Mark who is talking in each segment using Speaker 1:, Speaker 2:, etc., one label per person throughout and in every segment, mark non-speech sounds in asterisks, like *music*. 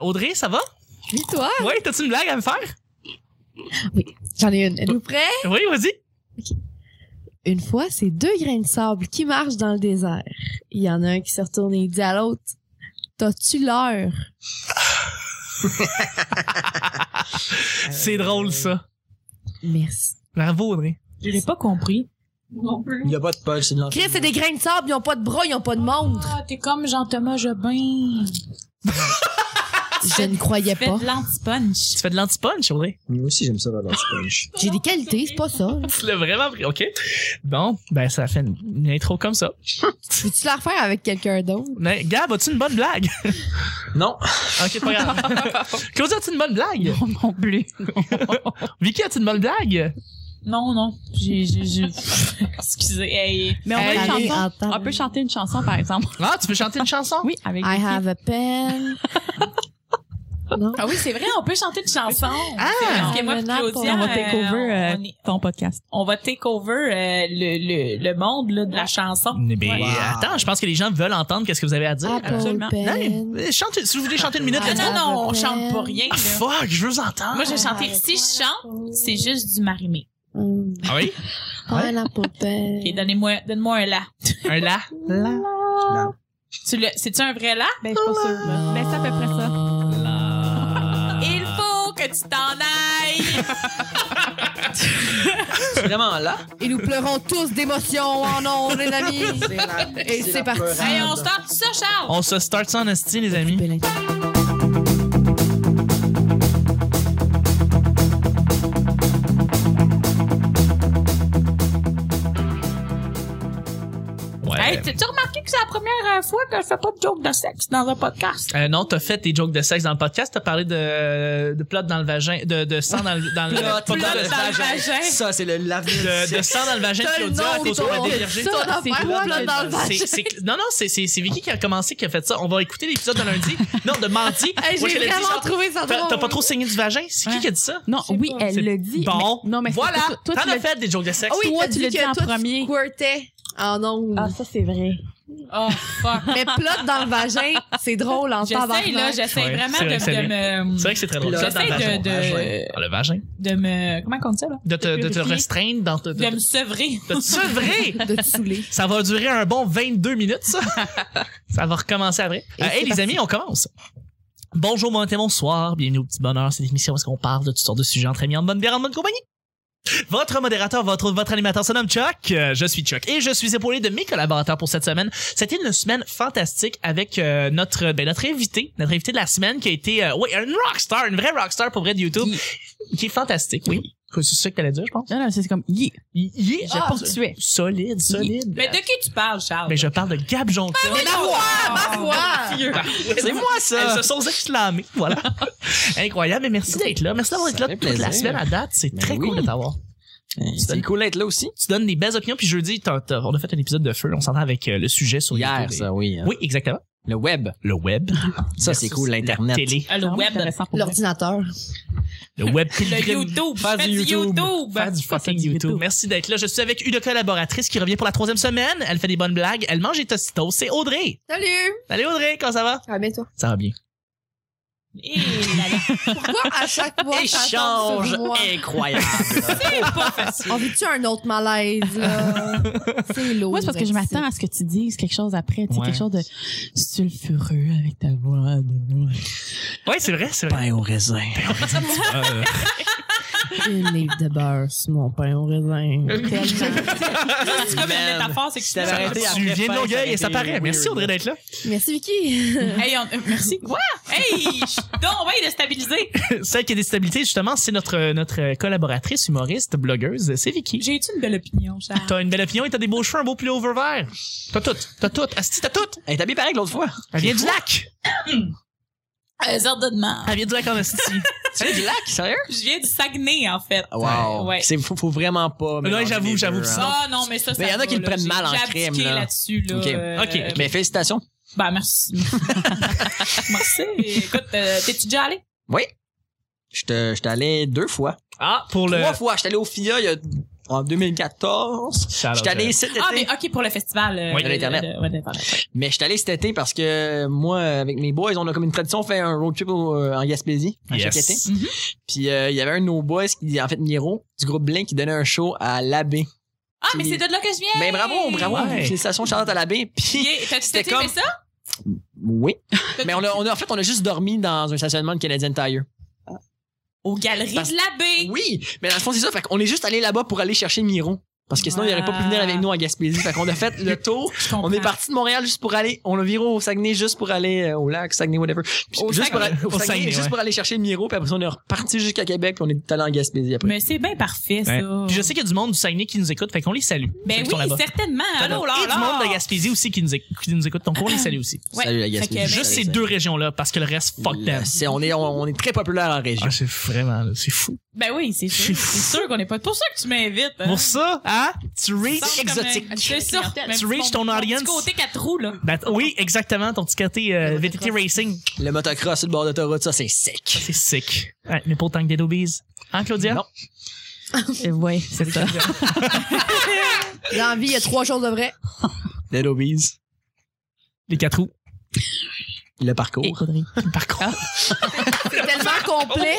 Speaker 1: Audrey, ça va?
Speaker 2: Oui, toi?
Speaker 1: Ah Oui, t'as-tu une blague à me faire?
Speaker 2: J'en ai une. Êtes-vous prêts?
Speaker 1: Oui, vas-y.
Speaker 2: Une fois, c'est deux grains de sable qui marchent dans le désert. Il y en a un qui se retourne et il dit à l'autre, T'as-tu l'heure?
Speaker 1: C'est drôle, ça.
Speaker 2: Merci.
Speaker 1: Bravo, Audrey.
Speaker 3: Je l'ai pas compris.
Speaker 4: Non plus.
Speaker 5: Il y a pas de punch, c'est de l'enfer.
Speaker 2: Chris, c'est des grains de sable, ils ont pas de bras, ils ont pas de montre.
Speaker 3: Ah, t'es comme Jean-Thomas Jobin.
Speaker 2: Je ne croyais
Speaker 3: Fais
Speaker 2: pas.
Speaker 3: de l'anti-punch.
Speaker 1: Tu fais de l'anti-punch, Audrey.
Speaker 5: Moi aussi, j'aime ça, la lance punch.
Speaker 2: J'ai des qualités, c'est pas ça.
Speaker 1: Tu l'as vraiment pris, OK? Bon, ben, ça fait une, une intro comme ça.
Speaker 2: Peux-tu la refaire avec quelqu'un d'autre?
Speaker 1: Mais, Gab, as-tu une bonne blague?
Speaker 5: Non,
Speaker 1: *laughs* OK, pas grave. *laughs* Claudia, as-tu une bonne blague?
Speaker 3: *laughs* Non, non plus.
Speaker 1: Vicky, as-tu une bonne blague?
Speaker 3: Non, non. J'ai, j'ai, j'ai- *laughs* Excusez. hey. Mais on,
Speaker 1: Hey,
Speaker 3: peut
Speaker 1: allez,
Speaker 3: chanter,
Speaker 2: entends.
Speaker 3: on peut chanter une chanson, par exemple.
Speaker 1: Ah, tu veux chanter une chanson?
Speaker 3: *laughs* Oui, avec
Speaker 2: I
Speaker 3: Vicky.
Speaker 2: have a *laughs* pen. non.
Speaker 3: Ah oui, c'est vrai, on peut chanter une chanson.
Speaker 1: Ah!
Speaker 3: Parce que moi puis
Speaker 2: Venant pour-
Speaker 3: Claudia, euh,
Speaker 2: on va
Speaker 3: on va
Speaker 2: take
Speaker 3: over ton podcast. On va take over euh, le, le, le monde là, de la chanson.
Speaker 1: Mais ben,
Speaker 3: Ouais.
Speaker 1: attends, je pense que les gens veulent entendre qu'est-ce que vous avez à dire.
Speaker 2: Apple
Speaker 3: absolument.
Speaker 1: Non,
Speaker 2: pen.
Speaker 1: mais chantez, si vous voulez chanter une minute,
Speaker 2: Ah,
Speaker 3: Non,
Speaker 1: let's
Speaker 3: non,
Speaker 1: go.
Speaker 3: non, on
Speaker 2: ben.
Speaker 3: chante pas rien.
Speaker 1: Ah,
Speaker 3: Là.
Speaker 1: fuck, je veux vous entendre.
Speaker 3: Moi, je chantais. Si je chante, c'est juste du marimé.
Speaker 2: Hum.
Speaker 1: Ah oui?
Speaker 2: Ah, la poupée.
Speaker 3: Ok, donnez-moi, donne-moi un là.
Speaker 1: Un là.
Speaker 3: Tu le, c'est-tu un vrai là?
Speaker 4: Ben, je suis pas sûre,
Speaker 6: Ah.
Speaker 4: là.
Speaker 3: Ben, c'est à peu près ça.
Speaker 1: Là.
Speaker 3: Il faut que tu t'en ailles!
Speaker 5: c'est vraiment là.
Speaker 2: Et nous pleurons tous d'émotion. Oh non, les amis. Et c'est parti.
Speaker 3: hey, on start ça, Charles!
Speaker 1: On se start ça en esti, les amis.
Speaker 3: Hey, t'as-tu remarqué que c'est la première euh, fois que je fais pas de joke de sexe dans un podcast?
Speaker 1: Euh, non, t'as fait tes jokes de sexe dans le podcast, t'as parlé de, de plot dans le vagin, de, de sang dans le, dans le, pas
Speaker 5: Plot
Speaker 1: dans le-
Speaker 5: dans le Ça, c'est le l'avenir du
Speaker 1: de, de
Speaker 5: sexe.
Speaker 1: sang dans le vagin de
Speaker 2: T'as le
Speaker 1: Claudia à
Speaker 2: nom
Speaker 1: cause
Speaker 2: de
Speaker 1: qu'on l'a
Speaker 2: ton-
Speaker 1: déviergé.
Speaker 2: Ça, on en
Speaker 3: C'est
Speaker 2: parle
Speaker 3: plot
Speaker 2: pas dans le vagin.
Speaker 1: C'est- c'est- Non, non, c'est, c'est, c'est Vicky qui a commencé, qui a fait ça. On va écouter l'épisode de lundi. Non, de mardi.
Speaker 2: Hey,
Speaker 1: Moi, je
Speaker 2: Ah, J'ai
Speaker 1: l'ai dit,
Speaker 2: vraiment
Speaker 1: genre,
Speaker 2: trouvé ça
Speaker 1: T'as,
Speaker 2: drôle.
Speaker 1: t'as pas trop saigné du vagin? C'est qui
Speaker 3: Ouais.
Speaker 1: qui a dit ça?
Speaker 6: Non,
Speaker 2: Je sais
Speaker 6: oui,
Speaker 2: pas.
Speaker 6: elle
Speaker 1: C'est
Speaker 6: le dit.
Speaker 1: Bon.
Speaker 6: mais- non, mais c'est-
Speaker 1: voilà.
Speaker 6: toi- toi,
Speaker 1: T'en
Speaker 6: tu
Speaker 1: as
Speaker 6: l'as-
Speaker 1: fait des jokes de sexe.
Speaker 2: Ah oui,
Speaker 6: Toi,
Speaker 2: t'as
Speaker 6: tu
Speaker 2: dit
Speaker 6: l'as
Speaker 2: que
Speaker 6: dit en
Speaker 2: toi,
Speaker 6: premier.
Speaker 2: Tu squirtais en ondes.
Speaker 6: Ah, ça, c'est vrai.
Speaker 3: Oh, fuck.
Speaker 2: Mais plot dans le vagin, c'est drôle en
Speaker 3: J'essaie, là,
Speaker 2: tabarnak.
Speaker 3: j'essaie
Speaker 1: Ouais,
Speaker 3: vraiment
Speaker 1: c'est vrai
Speaker 3: de,
Speaker 1: que c'est
Speaker 3: de me.
Speaker 1: C'est vrai que c'est très drôle.
Speaker 5: Là,
Speaker 1: Ça, dans hein, le
Speaker 3: J'essaie
Speaker 1: vagin.
Speaker 3: de,
Speaker 5: vagin.
Speaker 3: de,
Speaker 1: Dans le vagin.
Speaker 3: de me. Comment on dit ça, là?
Speaker 1: De te, de te
Speaker 3: purifier.
Speaker 1: restreindre dans te.
Speaker 3: De me sevrer.
Speaker 1: C'est vrai?
Speaker 2: de te saouler.
Speaker 1: Ça va durer un bon 22 minutes, *laughs* ça. ça va recommencer après.
Speaker 2: Et
Speaker 1: Euh,
Speaker 2: c'est
Speaker 1: hey, les
Speaker 2: parti.
Speaker 1: amis, on commence. Bonjour, bon matin, bonsoir. Bienvenue au Petit Bonheur. C'est l'émission où est-ce qu'on parle de toutes sortes de sujets entre amis, en bonne bière, en bonne compagnie. Votre modérateur, votre, votre animateur se nomme Chuck. Euh, je suis Chuck et je suis épaulé de mes collaborateurs pour cette semaine. C'était une semaine fantastique avec euh, notre ben, notre invité, notre invité de la semaine qui a été euh, oui, une rockstar, une vraie rockstar pour vrai de YouTube, qui est fantastique. Oui, c'est ça que t'allais dire, je pense.
Speaker 6: Non, non, c'est comme, yeah,
Speaker 1: Il, il est
Speaker 6: je
Speaker 1: ah,
Speaker 6: poursuis.
Speaker 1: solide, solide.
Speaker 3: Mais de qui tu parles, Charles?
Speaker 1: Mais Ah, ben, je parle de Gab Jonca.
Speaker 2: Mais ma voix, ma voix.
Speaker 5: *laughs*
Speaker 1: Ah.
Speaker 5: C'est moi,
Speaker 1: Elles
Speaker 5: ça.
Speaker 1: se sont exclamées,
Speaker 5: *laughs*
Speaker 1: voilà. Incroyable, mais merci d'être là. Merci d'avoir
Speaker 5: Ça
Speaker 1: été là
Speaker 5: fait
Speaker 1: toute la
Speaker 5: plaisir.
Speaker 1: semaine à date. C'est
Speaker 5: Ben
Speaker 1: très
Speaker 5: oui.
Speaker 1: cool de t'avoir.
Speaker 5: C'est cool d'être là aussi.
Speaker 1: Tu donnes des belles opinions, puis jeudi, t'as- t'as- on a fait un épisode de feu, on s'entend avec euh, le sujet sur
Speaker 5: Hier,
Speaker 1: YouTube.
Speaker 5: ça, oui. hein.
Speaker 1: Oui, exactement.
Speaker 5: Le web.
Speaker 1: Le web.
Speaker 5: Ça, c'est
Speaker 1: versus
Speaker 5: cool, l'Internet.
Speaker 1: La télé.
Speaker 3: Ah, Le
Speaker 6: Vraiment
Speaker 3: web.
Speaker 6: intéressant pour moi.
Speaker 2: L'ordinateur.
Speaker 1: Le
Speaker 5: *laughs*
Speaker 1: web
Speaker 3: Le
Speaker 1: pilgrim-
Speaker 3: YouTube.
Speaker 1: Faire
Speaker 3: Fais
Speaker 1: du
Speaker 3: du
Speaker 1: YouTube.
Speaker 3: YouTube.
Speaker 1: Faire du fucking
Speaker 6: du
Speaker 1: YouTube.
Speaker 6: YouTube.
Speaker 1: Merci d'être là. Je suis avec une collaboratrice qui revient pour la troisième semaine. Elle fait des bonnes blagues. Elle mange des tostitos. C'est Audrey.
Speaker 2: Salut.
Speaker 1: Salut Audrey, comment ça va?
Speaker 2: Ah, mais toi.
Speaker 1: Ça va bien.
Speaker 3: Eh
Speaker 6: *laughs*
Speaker 3: là là.
Speaker 2: Pourquoi à chaque fois ça tombe
Speaker 5: Échange
Speaker 2: sur moi?
Speaker 5: incroyable.
Speaker 2: On vit-tu un autre malaise, là? C'est lourd.
Speaker 6: Moi, c'est parce que je m'attends à ce que tu dises quelque chose après, tu sais,
Speaker 1: Ouais.
Speaker 6: quelque chose de sulfureux avec ta voix.
Speaker 1: Oui, c'est vrai, c'est vrai.
Speaker 5: Pain au raisin. *laughs*
Speaker 1: Euh,
Speaker 2: Une livre de
Speaker 3: *laughs*
Speaker 2: beurre sur mon pain au raisin.
Speaker 3: C'est comme une
Speaker 5: Man.
Speaker 3: métaphore, c'est que
Speaker 5: Si t'avais arrêté
Speaker 1: tu
Speaker 5: après
Speaker 1: viens de
Speaker 5: fin, ça
Speaker 1: Longueuil
Speaker 5: aurait
Speaker 1: et ça
Speaker 5: été
Speaker 1: paraît.
Speaker 5: weird,
Speaker 1: Merci Audrey
Speaker 5: là.
Speaker 1: d'être là.
Speaker 2: *laughs*
Speaker 1: *laughs*
Speaker 2: Merci, Vicky.
Speaker 3: Hey, on- euh, merci. Quoi? Hey, je suis donc bien déstabilisée.
Speaker 1: Celle qui a des stabilités, justement, c'est notre, euh, notre collaboratrice, humoriste, blogueuse, c'est Vicky.
Speaker 3: J'ai eu une belle opinion, Charles?
Speaker 1: T'as une belle opinion et t'as des beaux cheveux, un beau pullover vert. T'as tout, t'as tout, Asti, t'as tout.
Speaker 5: *laughs* Elle est habillée pareil que l'autre fois.
Speaker 1: Elle vient du lac.
Speaker 3: Euh, ordonnements.
Speaker 1: Elle vient du lac en Asti.
Speaker 5: C'est du lac, sérieux?
Speaker 3: Je viens du Saguenay, en fait.
Speaker 5: Wow.
Speaker 3: Ouais.
Speaker 5: C'est, faut, faut vraiment pas.
Speaker 1: Non,
Speaker 5: mélanger
Speaker 1: j'avoue,
Speaker 5: les
Speaker 1: j'avoue
Speaker 5: deux,
Speaker 1: que ça-
Speaker 5: hein.
Speaker 3: Ah non, mais ça, ça
Speaker 5: Mais y en a
Speaker 3: va,
Speaker 5: qui le
Speaker 3: là.
Speaker 5: prennent
Speaker 3: J'ai-
Speaker 5: mal en
Speaker 3: j'ai
Speaker 5: crime,
Speaker 3: abdiqué
Speaker 5: là.
Speaker 3: là-dessus, là.
Speaker 5: Ok.
Speaker 3: Euh,
Speaker 1: Ok, ok.
Speaker 5: Mais félicitations.
Speaker 3: Ben, merci. *laughs* merci. Écoute, euh, t'es-tu déjà allé?
Speaker 5: Oui. Je te- je t'allais deux fois.
Speaker 1: *laughs* Ah, pour le.
Speaker 5: Trois fois. Je allé au FIA il y a en 2014.
Speaker 1: Shout out, euh,
Speaker 5: J'étais allé
Speaker 1: Joël.
Speaker 5: cet été.
Speaker 3: Ah, mais OK, pour le festival. euh,
Speaker 1: Oui,
Speaker 5: de l'Internet.
Speaker 3: de- ouais, d'Internet.
Speaker 5: Mais je suis allé cet été parce que moi, avec mes boys, on a comme une tradition, on fait un road trip au- euh, en Gaspésie à
Speaker 1: Yes.
Speaker 5: chaque été.
Speaker 3: Mhm.
Speaker 5: Puis euh, il y avait un de nos boys, qui, en fait Miro, du groupe Blink, qui donnait un show à l'abbé.
Speaker 3: Ah, mais
Speaker 5: Puis-
Speaker 3: c'est de là que je viens!
Speaker 5: Ben bravo, bravo,
Speaker 1: Ouais.
Speaker 5: félicitations Charlotte à l'abbé. Puis
Speaker 3: Puis, T'as-tu
Speaker 5: C'était
Speaker 3: t'as-tu aimé
Speaker 5: comme-
Speaker 3: ça?
Speaker 5: oui.
Speaker 3: T'as-tu-
Speaker 5: Mais on a, on a- en fait, on a juste dormi dans un stationnement de Canadian Tire.
Speaker 3: Aux galeries
Speaker 5: Parce-
Speaker 3: de l'abbé!
Speaker 5: Oui, mais dans le fond, c'est ça. Fait qu'on est juste allé là-bas pour aller chercher Miro. Parce que sinon, il aurait pas pu venir avec nous en Gaspésie. Fait qu'on a fait le tour.
Speaker 3: Je comprends.
Speaker 5: On est parti de Montréal juste pour aller. On a viré au Saguenay juste pour aller euh, au lac, Saguenay, whatever. Puis
Speaker 3: Au
Speaker 5: juste, pour,
Speaker 3: Saguenay.
Speaker 5: aller- au
Speaker 1: Au
Speaker 5: Saguenay,
Speaker 1: Saguenay,
Speaker 5: juste
Speaker 1: ouais.
Speaker 5: pour aller chercher Miro. Puis après, ça, on est reparti jusqu'à Québec. Puis on est allé en Gaspésie après.
Speaker 3: Mais c'est bien parfait, ça.
Speaker 1: Ouais. Puis je sais qu'il y a du monde du Saguenay qui nous écoute, fait qu'on les salue.
Speaker 3: Ben
Speaker 1: ceux qui sont
Speaker 3: oui,
Speaker 1: là-bas.
Speaker 3: certainement. Allô, là,
Speaker 1: Et du monde de Gaspésie aussi qui nous, éc- qui nous écoute, donc on les salue aussi.
Speaker 3: Ouais.
Speaker 5: Salut la
Speaker 3: Fait que,
Speaker 5: Gaspésie.
Speaker 3: ben,
Speaker 1: Juste
Speaker 5: Salut,
Speaker 1: ces
Speaker 5: salut.
Speaker 1: deux régions-là, parce que le reste, fuck them.
Speaker 5: Le- c'est- on, est, on, on est très populaire en région.
Speaker 1: Ah, c'est vraiment, là, c'est fou.
Speaker 3: Ben oui, c'est
Speaker 1: Je suis
Speaker 3: sûr.
Speaker 1: fou.
Speaker 3: C'est sûr qu'on est pas. Pour ça que tu m'invites. hein.
Speaker 1: Pour ça, hein, tu
Speaker 3: Ça
Speaker 1: reach
Speaker 3: me semble
Speaker 5: exotique.
Speaker 6: euh,
Speaker 3: comme un- C'est ça.
Speaker 1: Tu reach ton audience.
Speaker 3: Du côté quatre roues, là.
Speaker 1: Ben, oui, exactement, ton petit côté euh, VTT Racing.
Speaker 5: Le motocross sur le bord d'autoroute, ça, c'est sec.
Speaker 1: C'est sick. Ouais, mais pas autant que Dead Obies. Hein, Claudia?
Speaker 5: Non.
Speaker 6: Ouais, *laughs* c'est ça.
Speaker 2: Dans la vie, il y a trois choses de vraies.
Speaker 5: Dead Obies,
Speaker 1: Les quatre roues. Ah.
Speaker 5: le parcours.
Speaker 6: Et Oh, Audrey.
Speaker 1: Par contre.
Speaker 2: C'est tellement complet.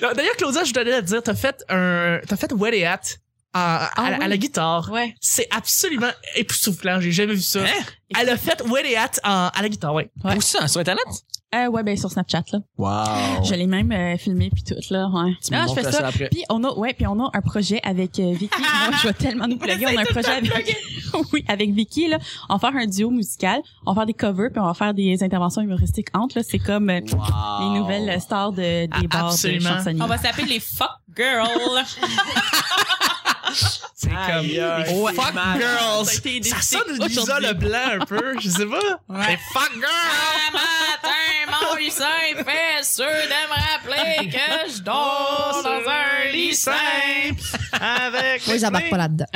Speaker 1: Non, D'ailleurs, Claudia, je voulais te dire, t'as fait un, t'as fait Wet et Hat à, à-
Speaker 6: Ah
Speaker 1: à la- à la
Speaker 6: oui.
Speaker 1: guitare.
Speaker 6: Ouais.
Speaker 1: C'est absolument époustouflant. J'ai jamais vu ça.
Speaker 5: Hein?
Speaker 1: Elle a fait Wet et Hat en- à la guitare, ouais.
Speaker 6: Ouais.
Speaker 5: Où ça, sur Internet?
Speaker 6: Euh, ouais, ben sur Snapchat là.
Speaker 5: Wow.
Speaker 6: Je l'ai même euh, filmé puis tout là. Ouais. Ah,
Speaker 5: Tu me
Speaker 6: je
Speaker 5: montres
Speaker 6: fais
Speaker 5: ça,
Speaker 6: ça.
Speaker 5: après.
Speaker 6: Puis on a ouais, puis on a un projet avec
Speaker 1: *laughs*
Speaker 6: euh, Vicky. Moi, je vais tellement nous plugger. On a un projet avec *laughs* oui, avec Vicky là. On va faire un duo musical. On va faire des covers puis on va faire des interventions humoristiques entre là. C'est comme euh, les
Speaker 5: Wow.
Speaker 6: nouvelles euh, stars de,
Speaker 1: Ah,
Speaker 6: des bars
Speaker 1: absolument.
Speaker 6: de chansonniers.
Speaker 3: On va s'appeler les fuck
Speaker 1: *laughs*
Speaker 3: girls.
Speaker 1: C'est comme.
Speaker 5: Aïe, aïe.
Speaker 1: Oh,
Speaker 5: C'est
Speaker 1: fuck
Speaker 5: mal.
Speaker 1: girls!
Speaker 3: Ça a été
Speaker 1: Ça
Speaker 3: des-
Speaker 1: sonne Lisa
Speaker 3: aujourd'hui.
Speaker 1: Leblanc un peu, je sais pas. Les fuck girls!
Speaker 3: Un matin, mon lycée fait sûr de me rappeler que je dors dans un lit simple.
Speaker 1: *laughs* Avec.
Speaker 2: Moi, j'embarque pas là-dedans.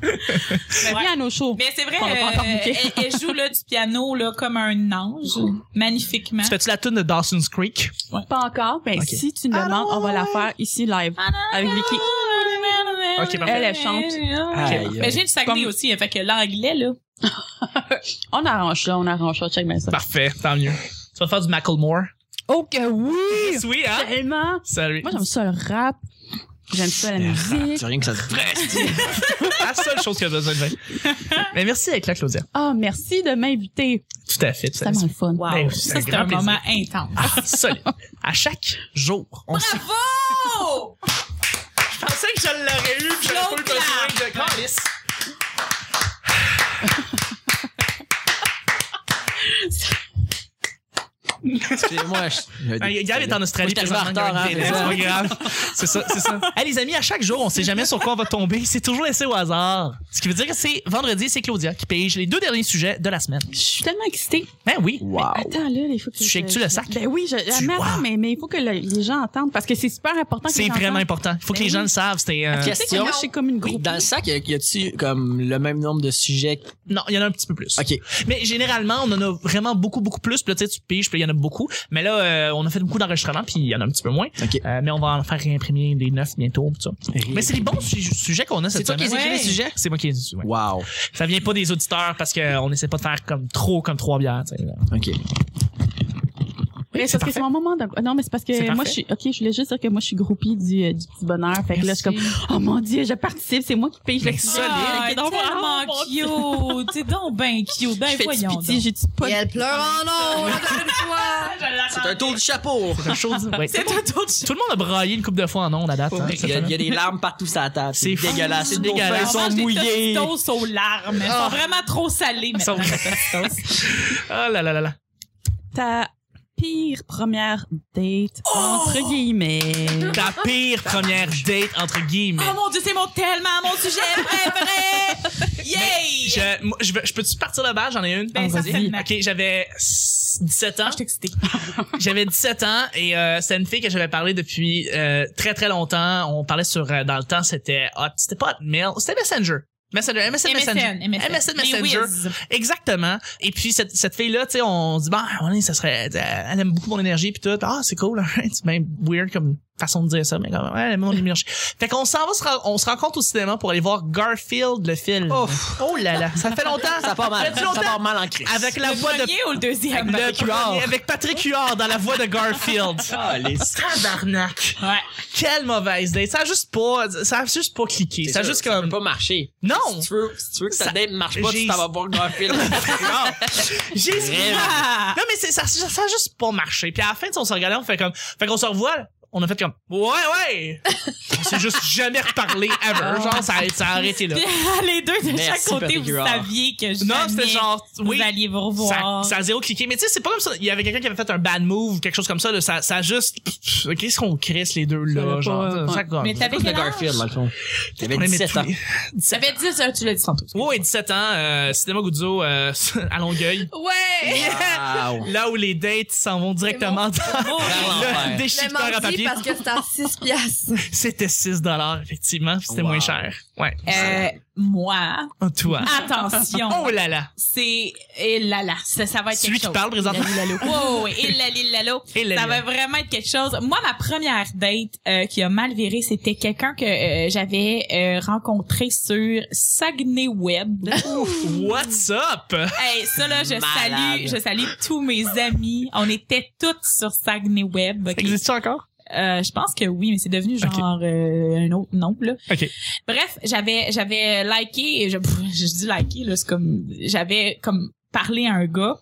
Speaker 6: Viens à nos shows.
Speaker 3: Mais c'est vrai,
Speaker 6: On l'a pas encore
Speaker 3: euh,
Speaker 6: booké.
Speaker 3: elle, elle joue là, du piano là, comme un ange, magnifiquement.
Speaker 1: Tu fais-tu la tune de Dawson's Creek?
Speaker 6: Pas encore, mais
Speaker 1: Ok.
Speaker 6: si tu me demandes, on va
Speaker 3: Ah,
Speaker 6: la faire ici live avec Vicky.
Speaker 1: Ok, parfait.
Speaker 6: Elle, elle chante.
Speaker 5: Aïe, aïe.
Speaker 3: Mais j'ai du Saguenay
Speaker 6: Comme-
Speaker 3: aussi, fait que l'anglais, là.
Speaker 6: On arrange ça, on arrange ça, check bien ça.
Speaker 1: Parfait, tant mieux. Tu vas faire du Macklemore?
Speaker 6: Oh que oui!
Speaker 1: *laughs* Oui, hein?
Speaker 6: Tellement!
Speaker 1: Salut.
Speaker 6: Moi, j'aime ça le rap. J'aime ça la musique.
Speaker 5: C'est rien que
Speaker 1: *laughs*
Speaker 5: ça te
Speaker 1: la seule chose qu'il a besoin de faire. Mais merci avec la Claudia.
Speaker 6: Ah, merci de m'inviter.
Speaker 1: Tout à fait.
Speaker 6: C'est tellement le fun.
Speaker 3: Wow.
Speaker 1: Ben, c'est un
Speaker 3: ça, c'est
Speaker 1: grand
Speaker 3: un,
Speaker 1: plaisir.
Speaker 3: moment intense.
Speaker 1: Ah, solide. À chaque jour, on se...
Speaker 3: Bravo!
Speaker 1: Je pensais que je l'aurais eu, puis j'aurais pas eu besoin de calice.
Speaker 5: Excusez-moi, je.
Speaker 1: Ah, Gab est en Australie.
Speaker 5: Moi, je suis arrivé
Speaker 1: présentement, il y a un
Speaker 5: en retard, hein,
Speaker 1: délai, c'est pas grave. C'est ça, c'est ça. *laughs* Hey, les amis, à chaque jour, on sait jamais sur quoi on va tomber. C'est toujours laissé au hasard. Ce qui veut dire que c'est vendredi, c'est Claudia qui pige les deux derniers sujets de la semaine.
Speaker 6: Je suis tellement excitée.
Speaker 1: Ben oui.
Speaker 5: Wow.
Speaker 6: Attends, là, il faut que
Speaker 1: Tu
Speaker 6: je-
Speaker 1: shakes-tu le sac?
Speaker 6: Ben oui, je,
Speaker 1: Tu-
Speaker 6: mais attends,
Speaker 1: wow.
Speaker 6: mais, mais il faut que le- les gens entendent parce que c'est super important que
Speaker 1: C'est
Speaker 6: les gens
Speaker 1: vraiment
Speaker 6: entendent.
Speaker 1: important. Il faut que
Speaker 5: Ben
Speaker 1: les gens le savent. C'était. euh,
Speaker 6: Tu sais que moi, je suis comme une
Speaker 5: Oui,
Speaker 6: groupe.
Speaker 5: dans le sac, y a- y a-tu comme le même nombre de sujets? que-
Speaker 1: Non, il y en a un petit peu plus.
Speaker 5: Ok.
Speaker 1: Mais généralement, on en a vraiment beaucoup, beaucoup plus. Puis là, tu sais, tu piges, puis il y en a beaucoup. Mais là, euh, on a fait beaucoup d'enregistrements, puis il y en a un petit peu moins.
Speaker 5: Ok.
Speaker 1: Euh, mais on va en faire réimprimer des neufs bientôt. puis ça. Mais c'est les bons su- sujets qu'on a cette
Speaker 5: C'est toi qui
Speaker 1: semaine.
Speaker 5: les écris, les
Speaker 1: Ouais.
Speaker 5: sujets?
Speaker 1: C'est moi qui les écris, ouais.
Speaker 5: Wow.
Speaker 1: Ça vient pas des auditeurs parce qu'on essaie pas de faire comme trop comme trois bières. tu sais, là.
Speaker 5: OK.
Speaker 6: Mais c'est parce que c'est mon moment. de- Non, mais c'est parce
Speaker 1: C'est
Speaker 6: que moi,
Speaker 1: parfait.
Speaker 6: je suis. Ok, je voulais juste dire que moi, je suis groupie du, euh, du petit bonheur. Fait que là, je suis comme, oh mon dieu, je participe. C'est moi qui paye.
Speaker 1: Mais
Speaker 6: le
Speaker 1: ça,
Speaker 6: solide.
Speaker 3: Ah,
Speaker 6: Donc,
Speaker 3: tellement
Speaker 6: oh, mon Dieu.
Speaker 3: cute! T'es donc ben cute! Ben
Speaker 6: Je fais du
Speaker 3: voyons
Speaker 6: pitié,
Speaker 3: donc.
Speaker 6: j'ai du
Speaker 2: Et
Speaker 6: pas.
Speaker 2: elle pleure en ondes encore une fois.
Speaker 5: C'est un tour
Speaker 1: *laughs*
Speaker 5: du chapeau.
Speaker 1: C'est un show- ouais.
Speaker 3: C'est un tour du
Speaker 1: Tout le monde a braillé une coupe de fois en ondes à date. hein,
Speaker 5: Il
Speaker 1: cette
Speaker 5: y, a, il y
Speaker 1: semaine.
Speaker 5: a des larmes partout sur la table.
Speaker 1: C'est
Speaker 5: C'est dégueulasse.
Speaker 1: fou,
Speaker 5: Nos
Speaker 1: dégueulasse.
Speaker 5: feuilles
Speaker 1: Ils
Speaker 3: On
Speaker 5: sont
Speaker 3: mange des
Speaker 5: mouillées.
Speaker 3: Tostitos aux larmes. Ils sont vraiment trop salés
Speaker 1: Ah. Ils sont-
Speaker 3: maintenant. les Tostitos.
Speaker 1: Oh là là là là.
Speaker 6: Ta pire première date, entre guillemets.
Speaker 1: Ta pire première date, entre guillemets.
Speaker 3: oh mon dieu, c'est mon tellement mon
Speaker 1: *laughs*
Speaker 3: sujet préféré! Yay!
Speaker 1: Je, moi, je, veux- je peux-tu partir de bas? J'en ai une.
Speaker 3: Ben,
Speaker 1: Ah, vas-y.
Speaker 3: certainement.
Speaker 1: Ok, j'avais s- 17 ans.
Speaker 3: Je t'excite.
Speaker 1: *laughs* J'avais 17 ans et euh, c'était une fille que j'avais parlé depuis euh, très très longtemps. On parlait sur euh, dans le temps c'était Hot- c'était pas Hotmail, c'était Messenger. Messenger, MSN Messenger.
Speaker 3: MSN, MSN.
Speaker 1: MSN
Speaker 3: Les
Speaker 1: Messenger.
Speaker 3: whiz.
Speaker 1: Exactement. Et puis cette, cette fille là, tu sais, bah, *laughs* on se dit bon, à un moment donné, ça serait elle aime beaucoup mon énergie puis tout. Ah, c'est cool. hein. c'est même weird comme façon de dire ça, mais quand même, ouais, le monde est mis en chi- Fait qu'on s'en va, se ren- on se rencontre au cinéma pour aller voir Garfield, le film.
Speaker 5: Ouf.
Speaker 1: Oh là là, ça fait longtemps.
Speaker 5: Ça part mal.
Speaker 1: Ça fait
Speaker 5: Ça
Speaker 1: longtemps.
Speaker 5: part mal en crise.
Speaker 1: Avec la
Speaker 3: Le
Speaker 1: voix de
Speaker 3: premier ou le deuxième?
Speaker 1: le
Speaker 5: Patrick Huard.
Speaker 1: premier, avec Patrick Huard dans la voix de Garfield.
Speaker 5: Ah, les-
Speaker 1: Tabarnak. *laughs*
Speaker 3: Ouais.
Speaker 1: Quelle mauvaise date. Ça a juste pas, ça a juste pas cliqué.
Speaker 5: C'est
Speaker 1: Ça a
Speaker 5: sûr,
Speaker 1: juste
Speaker 5: peut
Speaker 1: comme,
Speaker 5: pas marcher.
Speaker 1: non.
Speaker 5: Si tu veux, si tu veux que ta
Speaker 1: Ça-
Speaker 5: date marche pas,
Speaker 1: j'ai-
Speaker 5: tu t'en vas voir Garfield.
Speaker 1: *laughs*
Speaker 5: Ah,
Speaker 1: J'ai
Speaker 5: Vraiment.
Speaker 3: Ah.
Speaker 1: Non, mais c'est, ça, ça, ça a juste pas marché. Puis à la fin, tu sais, on se regardait, on fait comme, fait qu'on se revoit, là, on a fait comme, ouais, ouais! on s'est juste jamais reparlé, ever. Genre, ça a, ça a arrêté là.
Speaker 3: Puis, les deux de
Speaker 5: Merci,
Speaker 3: chaque côté,
Speaker 5: Patrick
Speaker 3: vous
Speaker 5: Huard.
Speaker 3: saviez que je
Speaker 1: Non, c'était genre, oui.
Speaker 3: vous alliez vous
Speaker 1: Ça,
Speaker 3: revoir.
Speaker 1: ça a zéro cliqué. Mais tu sais, c'est pas comme ça. Il y avait quelqu'un qui avait fait un bad move ou quelque chose comme ça. Là. Ça, ça a juste. Pff, Qu'est-ce qu'on crisse les deux
Speaker 6: Ça l'a
Speaker 1: là?
Speaker 6: pas,
Speaker 1: Genre,
Speaker 6: euh,
Speaker 1: ça, comme-
Speaker 3: Mais t'avais
Speaker 5: de
Speaker 3: quel âge?
Speaker 5: Garfield, dans le fond. T'avais
Speaker 1: On aimait
Speaker 5: 17
Speaker 1: tous
Speaker 5: ans.
Speaker 1: les-
Speaker 3: Ça fait 10, euh, tu l'as dit tantôt.
Speaker 1: Ouais, 17 ans, euh, Cinéma Guzzo euh, *laughs* à Longueuil.
Speaker 2: Ouais!
Speaker 1: *laughs*
Speaker 5: Wow.
Speaker 1: Là où les dates s'en vont directement dans *laughs* le
Speaker 5: Vraiment, ouais.
Speaker 2: Le
Speaker 1: déchiqueteur à
Speaker 2: mardi,
Speaker 1: papier.
Speaker 2: parce que c'est à *laughs* 6 piastres.
Speaker 1: C'était 6 dollars, effectivement. puis C'était
Speaker 5: Wow.
Speaker 1: moins cher. Ouais.
Speaker 3: Euh, moi,
Speaker 1: En toi.
Speaker 3: attention,
Speaker 1: Oh là là.
Speaker 3: c'est... Et là là, ça, ça Ah, va être
Speaker 1: Celui
Speaker 3: quelque
Speaker 1: qui
Speaker 3: chose. Oh,
Speaker 1: parle présentement.
Speaker 3: Wow, ouais, et là, et là, là.
Speaker 1: Et là, là.
Speaker 3: Ça va vraiment être quelque chose. Moi, ma première date euh, qui a mal viré, c'était quelqu'un que euh, j'avais euh, rencontré sur
Speaker 1: *laughs*
Speaker 3: Saguenay Web.
Speaker 1: What's up?
Speaker 3: Hey, ça là, je
Speaker 5: Malade.
Speaker 3: salue, je salue tous mes amis. On était toutes sur Saguenay Web. ok?
Speaker 1: existe encore?
Speaker 3: Euh, je pense que oui, mais c'est devenu genre euh, un autre nom là.
Speaker 1: Ok.
Speaker 3: Bref, j'avais j'avais liké et je pff, je dis liké là, c'est comme j'avais comme parlé à un gars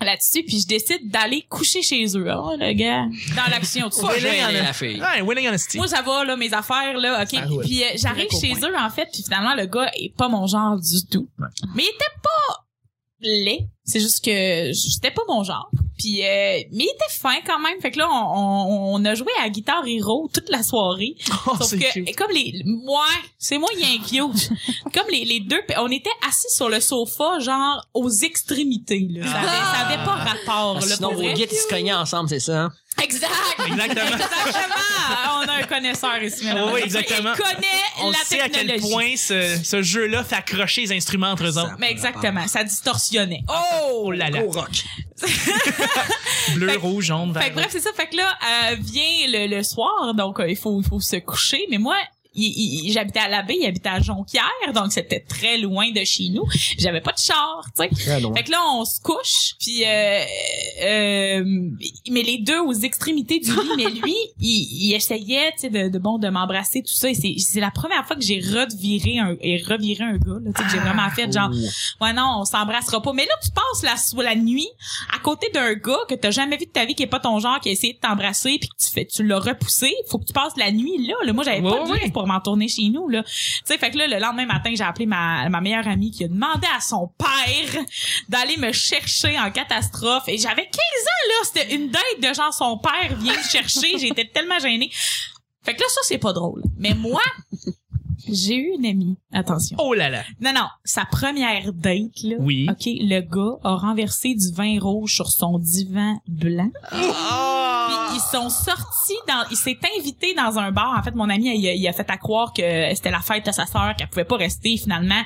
Speaker 3: là-dessus puis je décide d'aller coucher chez eux. Oh le gars, dans l'action tu
Speaker 5: Pas
Speaker 3: sais.
Speaker 1: gêné,
Speaker 5: gêné,
Speaker 1: hein.
Speaker 5: la fille.
Speaker 1: Ouais, Winning Honesty.
Speaker 3: Moi, ça va, là, mes affaires, là, OK.
Speaker 1: Ça roule.
Speaker 3: Puis euh, j'arrive
Speaker 1: Direct au
Speaker 3: chez eux, en fait, puis finalement, le gars est pas mon genre du tout. Mais il était pas laid. C'est juste que j'étais pas mon genre. Puis, euh, mais il était fin quand même. Fait que là, on, on, on a joué à Guitar Hero toute la soirée.
Speaker 1: *laughs* Oh,
Speaker 3: Sauf
Speaker 1: c'est
Speaker 3: que,
Speaker 1: cute.
Speaker 3: comme les, moi, c'est moyen
Speaker 1: *laughs*
Speaker 3: cute. comme les, les deux, on était assis sur le sofa, genre, aux extrémités, là. Ça avait, ça avait pas rapport,
Speaker 1: Ah,
Speaker 5: Parce que
Speaker 3: là.
Speaker 5: Sinon,
Speaker 3: pour
Speaker 5: vos
Speaker 3: vrai.
Speaker 5: guides, ils se cognaient ensemble, c'est ça? hein?
Speaker 3: Exact!
Speaker 1: Exactement.
Speaker 3: Exactement! On a un connaisseur ici, mesdames.
Speaker 1: Oui, oui, exactement.
Speaker 3: Il connaît
Speaker 1: On
Speaker 3: la
Speaker 1: sait à
Speaker 3: technologie.
Speaker 1: quel point ce, ce jeu-là fait accrocher les instruments entre eux autres.
Speaker 3: Mais exactement, ça distorsionnait. Oh
Speaker 1: Oh là là.
Speaker 5: Au rock.
Speaker 1: *laughs* Bleu,
Speaker 3: Fait que-
Speaker 1: rouge, jaune, vert.
Speaker 3: Fait que bref, c'est ça. Fait que là, euh, vient le, le soir, donc euh, il faut il faut se coucher. Mais moi, il- il- il- j'habitais à la baie, il habitait à Jonquière, donc c'était très loin de chez nous. J'avais pas de char, tu sais.
Speaker 5: Très loin.
Speaker 3: Fait que là, on se couche, puis euh, euh, mais les deux aux extrémités du lit, mais lui, *laughs* il, il essayait, tu sais, de, de bon, de m'embrasser, tout ça. Et c'est, c'est la première fois que j'ai reviré un, et reviré un gars, là, tu sais, que j'ai vraiment fait genre, ouais non, on s'embrassera pas. Mais là, tu passes la, so- la nuit à côté d'un gars que t'as jamais vu de ta vie, qui est pas ton genre, qui a essayé de t'embrasser, puis que tu fais, tu l'as repoussé. Faut que tu passes la nuit là. là. Moi, j'avais
Speaker 1: Ouais,
Speaker 3: pas de
Speaker 1: ouais.
Speaker 3: livre pour m'en tourner chez nous là. Tu sais, fait que là, le lendemain matin, j'ai appelé ma, ma meilleure amie qui a demandé à son père d'aller me chercher en catastrophe. Et j'avais 15 ans, là. C'était une date de genre, son père vient me chercher. J'étais tellement gênée. Fait que là, ça, c'est pas drôle. Mais moi, j'ai eu une amie. Attention.
Speaker 1: Oh là là.
Speaker 3: Non, non. Sa première date, là.
Speaker 1: Oui.
Speaker 3: OK, le gars a renversé du vin rouge sur son divan blanc. Puis ils sont sortis dans, il s'est invité dans un bar. En fait, mon ami, il, a- il a fait à croire que c'était la fête de sa sœur, qu'elle pouvait pas rester. Finalement,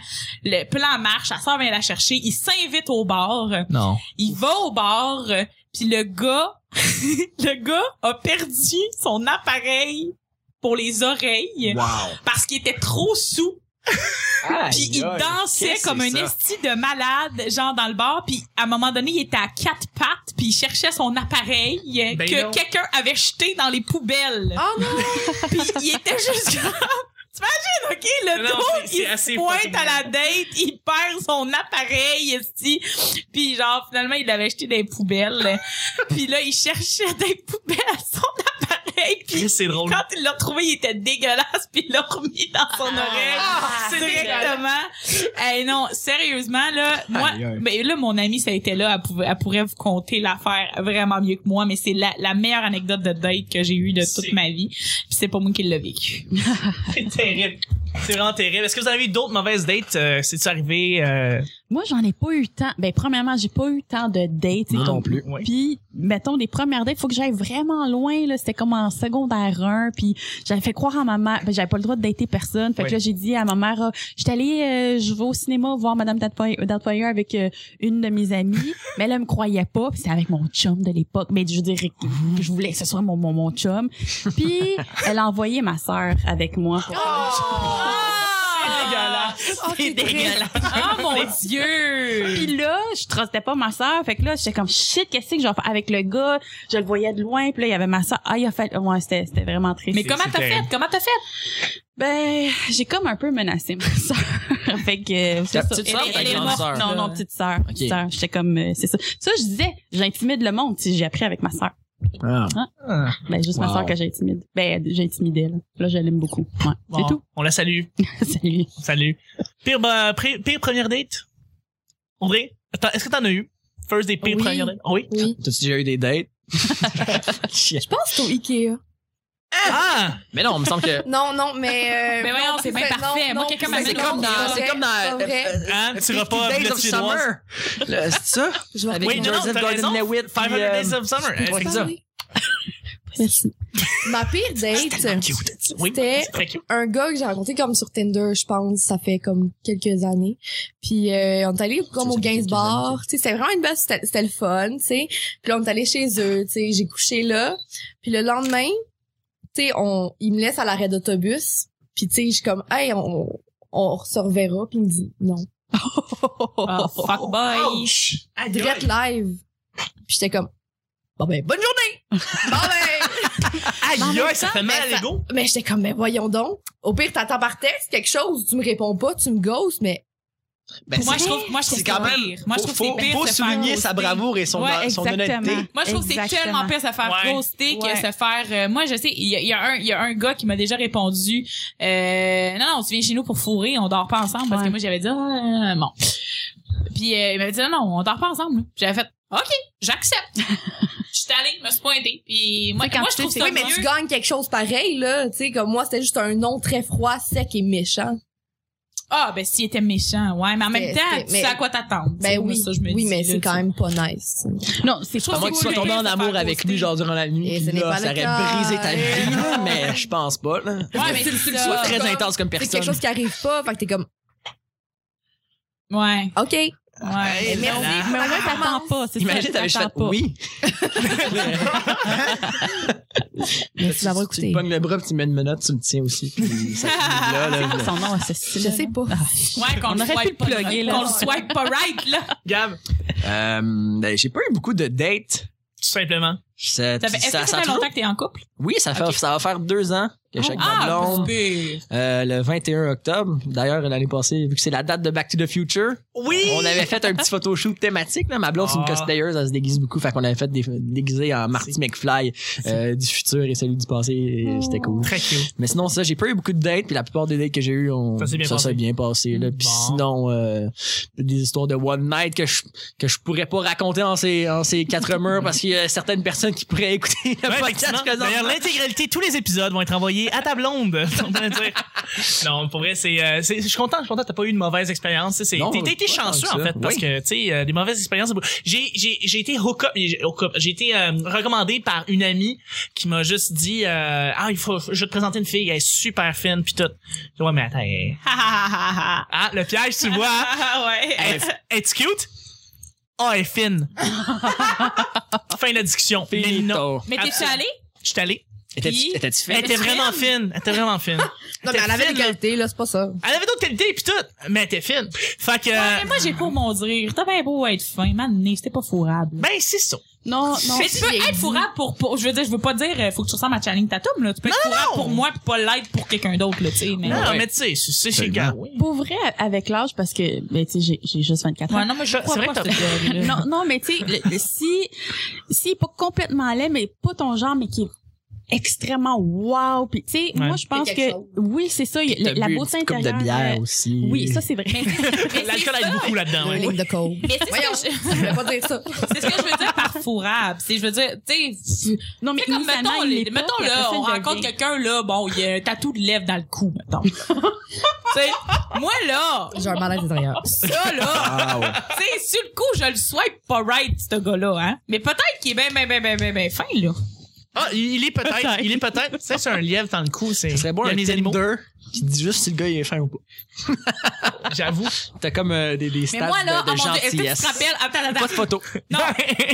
Speaker 3: le plan marche, sa sœur vient la chercher. Il s'invite au bar. *laughs*
Speaker 1: Non.
Speaker 3: Il va au bar, euh, puis le gars, *laughs* le gars a perdu son appareil pour les oreilles
Speaker 5: Wow.
Speaker 3: parce qu'il était trop sous.
Speaker 5: ah,
Speaker 1: Ah,
Speaker 3: Puis il dansait
Speaker 5: qu'est-ce
Speaker 3: comme
Speaker 5: que
Speaker 3: un
Speaker 5: c'est ça?
Speaker 3: esti de malade, genre dans le bar. Puis à un moment donné, il était à quatre pattes, puis il cherchait son appareil euh,
Speaker 1: Ben non. Ah.
Speaker 3: que quelqu'un avait jeté dans les poubelles.
Speaker 2: Oh non!
Speaker 3: Puis il était
Speaker 1: *laughs*
Speaker 3: juste comme... T'imagines, OK, le
Speaker 1: Non, non,
Speaker 3: dos,
Speaker 1: c'est- c'est
Speaker 3: il
Speaker 1: assez
Speaker 3: se pointe
Speaker 1: fucking
Speaker 3: à la date, il perd son appareil, esti. Puis genre, finalement, il l'avait jeté dans les poubelles. puis là, il cherchait dans les poubelles son appareil. Puis
Speaker 1: Chris, C'est *laughs* drôle.
Speaker 3: quand il l'a retrouvé, il était dégueulasse, puis il l'a remis dans son
Speaker 5: Ah,
Speaker 3: oreille. c'est directement. Eh non, sérieusement, là, moi,
Speaker 5: Aïe, aïe.
Speaker 3: mais là, mon amie, ça a été là, elle, pouvait, elle pourrait vous conter l'affaire vraiment mieux que moi, mais c'est la, la meilleure anecdote de date que j'ai eue de toute
Speaker 1: C'est-
Speaker 3: ma vie. Puis c'est pas moi qui l'ai vécu.
Speaker 1: C'est terrible. C'est vraiment terrible. Est-ce que vous avez eu d'autres mauvaises dates? Euh, C'est-tu arrivé? euh,
Speaker 6: Moi, j'en ai pas eu tant. Ben, premièrement, j'ai pas eu tant de dates. et
Speaker 5: Non,
Speaker 6: tout.
Speaker 5: non plus.
Speaker 1: Ouais.
Speaker 6: Puis, mettons, des premières dates, faut que j'aille vraiment loin. là C'était comme en secondaire 1. Puis, j'avais fait croire à ma mère. Ben, j'avais pas le droit de dater personne. Fait
Speaker 1: Ouais.
Speaker 6: que là, j'ai dit à ma mère, ah, j'étais allée, euh, je vais au cinéma voir Madame Doubtfire Doubtfire avec euh, une de
Speaker 5: *laughs*
Speaker 6: mes amies. mais elle, elle me croyait pas. Puis, c'était avec mon chum de l'époque. Mais je dirais
Speaker 5: Mmh.
Speaker 6: que je voulais que ce soit mon, mon, mon chum. Puis, elle a envoyé ma sœur avec moi. pour faire le
Speaker 2: Oh, c'est dégueulasse.
Speaker 3: Oh mon dieu!
Speaker 6: Puis là, je trustais pas ma sœur. Fait que là, j'étais comme shit, qu'est-ce que je vais faire avec le gars? Je le voyais de loin. Puis là, il y avait ma sœur. Ah, il a fait. Ouais, c'était, c'était vraiment triste.
Speaker 3: Mais comment
Speaker 1: c'est
Speaker 3: t'as fait?
Speaker 1: terrible.
Speaker 3: Comment t'as fait?
Speaker 6: Ben, j'ai comme un peu menacé ma *laughs* sœur. fait que.
Speaker 5: Ta
Speaker 6: c'est ça.
Speaker 5: petite sœur
Speaker 6: Elle-
Speaker 5: ou ta
Speaker 6: elle est
Speaker 5: grande
Speaker 6: morte.
Speaker 5: sœur?
Speaker 6: Non, non, petite sœur. Petite sœur. J'étais comme. euh, c'est ça. Ça, je disais, j'intimide le monde si j'ai appris avec ma sœur.
Speaker 5: Ah.
Speaker 1: Ah.
Speaker 6: Ben, juste ma
Speaker 5: Wow.
Speaker 6: sœur que j'intimide. Ben, j'intimidais, là. Là, je l'aime beaucoup. Ouais.
Speaker 1: Bon,
Speaker 6: C'est tout. *laughs*
Speaker 1: On la salue.
Speaker 6: Salut.
Speaker 1: Salut. Pire, bah, pré- pire première date? André, attends, est-ce que t'en as eu? First des pires
Speaker 2: Oui.
Speaker 1: premières dates? Ah Oui.
Speaker 2: Oui.
Speaker 5: T'as-tu déjà eu
Speaker 1: *laughs*
Speaker 5: des dates? *laughs*
Speaker 2: Je pense que c'est au Ikea.
Speaker 1: Ah!
Speaker 5: Mais non, il me semble que.
Speaker 2: Non, non, mais. euh,
Speaker 3: Mais voyons, c'est bien
Speaker 2: non,
Speaker 3: parfait. Moi,
Speaker 2: non,
Speaker 3: quelqu'un
Speaker 2: c'est
Speaker 3: m'a
Speaker 5: C'est
Speaker 3: dit
Speaker 2: non,
Speaker 5: comme dans. C'est
Speaker 2: vrai,
Speaker 5: comme dans.
Speaker 2: pas vrai.
Speaker 5: euh, euh,
Speaker 1: Hein, petit
Speaker 5: Fifty
Speaker 1: repas
Speaker 5: Days
Speaker 1: de
Speaker 5: of Summer. Le- C'est ça?
Speaker 2: Je vais
Speaker 5: Avec
Speaker 1: Oui,
Speaker 2: reprendre.
Speaker 1: non, non,
Speaker 5: Joseph
Speaker 1: t'as raison.
Speaker 5: Gordon-Levitt,
Speaker 1: 500
Speaker 5: puis, euh,
Speaker 1: Days of Summer.
Speaker 5: je peux
Speaker 1: Euh,
Speaker 5: pas ça.
Speaker 2: Parler. Merci. Ma *laughs* pire
Speaker 1: tellement
Speaker 2: date,
Speaker 1: cute. Oui,
Speaker 2: C'était-
Speaker 1: c'est très cute.
Speaker 2: un gars que j'ai rencontré comme sur Tinder, je pense, ça fait comme quelques années. Puis euh, on est allé comme au
Speaker 5: Ça fait quelques
Speaker 2: Gainsbourg, tu sais, c'était vraiment une belle, c'était c'était le fun, tu sais. Puis là, on est allé chez eux, tu sais, j'ai couché là. Puis le lendemain, tu sais, on, il me laisse à l'arrêt d'autobus. Puis tu sais, je suis comme, hey, on, on se reverra. Puis il me dit, non.
Speaker 3: Oh, fuck boy!
Speaker 1: Ouch!
Speaker 2: Direct live. Puis j'étais comme, bon ben, bonne
Speaker 1: *laughs*
Speaker 2: journée! bon ben! Mais en
Speaker 1: Aïe,
Speaker 2: même
Speaker 1: aïe, ça
Speaker 2: temps,
Speaker 1: fait
Speaker 2: ben,
Speaker 1: mal à
Speaker 2: mais ça-
Speaker 1: l'ego.
Speaker 2: Mais j'étais comme, mais voyons donc. Au pire, t'attends par texte quelque chose, tu me réponds pas, tu me gosses, mais
Speaker 5: Ben,
Speaker 3: Pour moi,
Speaker 5: c'est-
Speaker 3: je trouve, moi, je trouve
Speaker 5: c'est
Speaker 3: que
Speaker 5: quand
Speaker 3: c'est
Speaker 5: même.
Speaker 3: pire. Moi, je
Speaker 5: faut-
Speaker 3: trouve que c'est
Speaker 5: faut-
Speaker 3: pire.
Speaker 5: faut
Speaker 3: se faire
Speaker 5: souligner sa
Speaker 3: roaster.
Speaker 5: bravoure et son,
Speaker 3: Ouais,
Speaker 5: Ah, son
Speaker 6: exactement.
Speaker 5: honnêteté.
Speaker 3: Moi, je trouve que c'est
Speaker 6: Exactement.
Speaker 3: tellement pire se faire
Speaker 1: Ouais.
Speaker 3: roaster que
Speaker 6: Ouais.
Speaker 3: se faire. euh, moi, je sais, il y, a- il y a un, il y a un gars qui m'a déjà répondu. Euh, non, non, tu viens chez nous pour fourrer, on dort pas ensemble parce que
Speaker 6: Ouais.
Speaker 3: moi j'avais dit ah, euh, bon. Puis euh, il m'avait dit non, on dort pas ensemble. là. Puis J'avais fait ok,
Speaker 2: *laughs*
Speaker 3: j'accepte. J'étais allée, je me suis pointée. Puis moi,
Speaker 6: Tu sais, quand
Speaker 3: moi je
Speaker 6: tu
Speaker 3: trouve
Speaker 6: sais,
Speaker 3: ça
Speaker 2: oui, mais tu
Speaker 3: mieux.
Speaker 2: gagnes quelque chose pareil, là. Tu sais, comme moi, c'était juste un nom très froid, sec et méchant.
Speaker 3: Ah ben s'il était méchant, ouais, mais en même
Speaker 2: C'était-
Speaker 3: temps,
Speaker 2: c'était-
Speaker 3: tu
Speaker 2: mais-
Speaker 3: sais à quoi t'attendre. tu sais,
Speaker 2: Ben
Speaker 3: moi,
Speaker 2: oui,
Speaker 3: ça, je me
Speaker 2: oui,
Speaker 3: dis,
Speaker 2: mais
Speaker 3: là,
Speaker 2: c'est
Speaker 3: tu
Speaker 2: quand
Speaker 3: sais.
Speaker 2: même pas nice.
Speaker 6: Non, c'est
Speaker 3: Je trouve
Speaker 5: À moins
Speaker 3: que
Speaker 5: que tu
Speaker 3: c'est cool,
Speaker 5: sois tombé
Speaker 3: le
Speaker 5: en
Speaker 3: fait de
Speaker 5: amour
Speaker 3: faire
Speaker 5: avec lui,
Speaker 3: poster.
Speaker 5: genre durant la nuit,
Speaker 2: Et
Speaker 5: puis
Speaker 2: ce n'est
Speaker 5: là,
Speaker 2: pas
Speaker 5: ça
Speaker 2: le
Speaker 5: aurait
Speaker 2: cas.
Speaker 5: brisé ta vie, là, mais je pense pas. là.
Speaker 3: Ouais, mais c'est
Speaker 5: Tu sois
Speaker 3: ça.
Speaker 5: très intense comme
Speaker 2: C'est
Speaker 5: personne.
Speaker 2: quelque chose qui arrive pas, fait que t'es comme,
Speaker 3: Ouais,
Speaker 2: OK.
Speaker 3: ouais.
Speaker 2: merci.
Speaker 1: voilà.
Speaker 6: Mais au moins, t'attends pas. C'est ça,
Speaker 5: Imagine, t'avais juste
Speaker 6: t'attends
Speaker 5: fait
Speaker 6: pas.
Speaker 5: oui.
Speaker 2: Merci d'avoir
Speaker 5: Tu- Tu
Speaker 2: écouté.
Speaker 5: me pognes le bras, puis tu me mets une menotte, tu me tiens aussi. puis ça finit là, là, là.
Speaker 6: Son nom à
Speaker 2: Je sais pas.
Speaker 3: Ah. Ouais, qu'on
Speaker 6: On
Speaker 3: le
Speaker 6: aurait pu
Speaker 3: swipe
Speaker 6: le
Speaker 3: pas,
Speaker 6: plugger, là.
Speaker 3: qu'on le swipe pas right, là.
Speaker 1: Gab, tout
Speaker 5: Euh, ben, J'ai pas eu beaucoup de dates.
Speaker 1: simplement.
Speaker 5: Ça,
Speaker 3: T'avais- Est-ce
Speaker 5: ça-
Speaker 3: que
Speaker 5: ça
Speaker 3: ça
Speaker 5: a
Speaker 3: fait
Speaker 5: toujours-
Speaker 3: longtemps que t'es en couple?
Speaker 5: Oui, ça, fait, ça va faire deux ans que chaque
Speaker 3: Ah,
Speaker 5: blonde,
Speaker 3: pire.
Speaker 5: euh, le 21 octobre, d'ailleurs l'année passée, vu que c'est la date de Back to the Future,
Speaker 1: Oui!
Speaker 5: on avait fait un petit photoshoot thématique. Là. Ma blonde, c'est une
Speaker 1: Ah.
Speaker 5: cosplayer, elle se déguise beaucoup, fait qu'on avait fait des, déguisé en Marty McFly euh, du futur et celui du passé, et c'était cool.
Speaker 1: Très cute.
Speaker 5: Mais sinon, ça, j'ai pas eu beaucoup de dates, puis la plupart des dates que j'ai eues, on,
Speaker 1: Ça s'est bien
Speaker 5: ça
Speaker 1: passé.
Speaker 5: s'est bien passé. Là. Puis
Speaker 1: Bon.
Speaker 5: sinon, euh, des histoires de one night que je que je pourrais pas raconter en ces, en ces
Speaker 1: *laughs*
Speaker 5: quatre murs parce qu'il y a certaines personnes qui pourraient écouter le
Speaker 1: Ouais,
Speaker 5: podcast.
Speaker 1: effectivement. D'ailleurs,
Speaker 5: présentement.
Speaker 1: l'intégralité, tous les épisodes vont être envoyés à ta blonde. On va le dire. non, *laughs* pour vrai, c'est, euh, c'est- je suis content, je suis content que t'as pas eu une mauvaise expérience. tu sais,
Speaker 5: Non,
Speaker 1: c'est- T'as t'as été
Speaker 5: pas tant
Speaker 1: chanceux,
Speaker 5: que
Speaker 1: en
Speaker 5: ça.
Speaker 1: fait, parce
Speaker 5: Oui.
Speaker 1: que, tu sais, euh, des mauvaises expériences. c'est beau. J'ai, j'ai, j'ai été hook up- j'ai hook up- j'ai été euh, recommandé par une amie qui m'a juste dit, euh, ah, il faut, je vais te présenter une fille, elle est super fine, puis tout. J'ai dit, Ouais, mais attends, elle-
Speaker 3: *laughs* Ha, ha, ha, ha, ha.
Speaker 1: ah, le piège, tu le *laughs* vois, hein?
Speaker 3: Ah, ouais.
Speaker 1: Elle- Es-tu cute? Ah, elle est *laughs* fine. fin de la discussion. Mais non.
Speaker 5: Finito.
Speaker 3: Mais t'es-tu
Speaker 1: Absolument.
Speaker 3: allé?
Speaker 1: Je suis allé.
Speaker 5: Étais-tu
Speaker 3: Puis-
Speaker 5: étais-tu
Speaker 1: Elle
Speaker 5: fait?
Speaker 1: était
Speaker 3: Fine.
Speaker 1: vraiment fine. Elle était vraiment fine.
Speaker 2: Non, mais elle avait des
Speaker 1: fine, là.
Speaker 2: qualités, là, c'est pas ça.
Speaker 1: Elle avait d'autres qualités pis tout, mais elle était fine. Fait que, euh,
Speaker 3: Ouais, mais moi, j'ai pour mon dire. T'as bien beau être fin. Mané, c'était pas fourrable.
Speaker 1: ben c'est ça.
Speaker 6: Non, non.
Speaker 3: mais tu peux être fourrable pour, pour- je veux dire, je veux pas dire, euh, faut que tu ressembles à Channing Tatum, là. Tu peux être fourrable
Speaker 1: non.
Speaker 3: pour moi pis pas l'être pour quelqu'un d'autre, là, tu sais, mais.
Speaker 1: Non,
Speaker 5: Ouais.
Speaker 1: mais tu sais, c'est- c'est c'est
Speaker 5: Absolument.
Speaker 1: gars. Ouais,
Speaker 6: Pour vrai, avec l'âge, parce que, ben, tu sais, j'ai- j'ai juste 24 ans.
Speaker 3: Ouais, non, mais je
Speaker 1: C'est vrai
Speaker 3: crois
Speaker 1: que
Speaker 3: pas cette théorie-là.
Speaker 6: non, non, mais tu sais, le- le- si, si pas complètement laid, mais pas ton genre, mais qui est extrêmement wow, puis tu sais,
Speaker 1: Ouais.
Speaker 6: moi, je pense
Speaker 2: quelque
Speaker 6: que,
Speaker 2: chose.
Speaker 6: oui, c'est ça, il y a-
Speaker 5: T'as
Speaker 6: la
Speaker 5: bu une
Speaker 6: beauté
Speaker 5: petite coupe de
Speaker 6: intérieure.
Speaker 5: bière
Speaker 6: euh,
Speaker 5: aussi.
Speaker 6: oui, ça, c'est vrai. Mais,
Speaker 3: Mais c'est
Speaker 1: *laughs* L'alcool
Speaker 3: ça.
Speaker 1: aide beaucoup là-dedans.
Speaker 2: Une
Speaker 1: Ouais.
Speaker 2: ligne de code.
Speaker 3: Ah Mais c'est ce que
Speaker 2: Voyons, *laughs*
Speaker 3: je-
Speaker 2: je voulais pas dire ça.
Speaker 3: c'est ce que je veux dire par fourrable. C'est, je veux dire, tu sais,
Speaker 6: Non, mais
Speaker 3: c'est comme,
Speaker 6: initialement,
Speaker 3: mettons,
Speaker 6: il
Speaker 3: les-
Speaker 6: l'est pas,
Speaker 3: mettons
Speaker 6: puis
Speaker 3: là,
Speaker 6: après ça,
Speaker 3: on
Speaker 6: il
Speaker 3: rencontre
Speaker 6: devient.
Speaker 3: quelqu'un, là, bon, il y a un tatou de lèvres dans le cou,
Speaker 6: *laughs*
Speaker 3: mettons. tu sais, moi, là,
Speaker 2: J'ai un malaise intérieur.
Speaker 3: ça, là,
Speaker 5: Ah *laughs* ouais.
Speaker 3: tu sais, sur le coup, je le swipe pas right, ce gars-là, hein. Mais peut-être qu'il est ben, ben, ben, ben, ben, ben fin, là.
Speaker 1: Ah, il il est peut-être, il est peut-être. Ça, c'est un lièvre dans le cou, c'est.
Speaker 5: Ça serait bon
Speaker 1: il y a
Speaker 5: un
Speaker 1: mes animaux.
Speaker 5: Tinder qui dit juste si le gars il est fin ou pas.
Speaker 1: J'avoue.
Speaker 5: T'as comme euh, des, des
Speaker 3: Mais
Speaker 5: stats
Speaker 3: moi, là,
Speaker 5: de, de
Speaker 3: oh mon Dieu, est-ce que tu
Speaker 5: gentillesse.
Speaker 3: te rappelles? Attends, attends,
Speaker 5: Pas de
Speaker 6: *laughs*
Speaker 5: photo.
Speaker 3: *laughs* Non,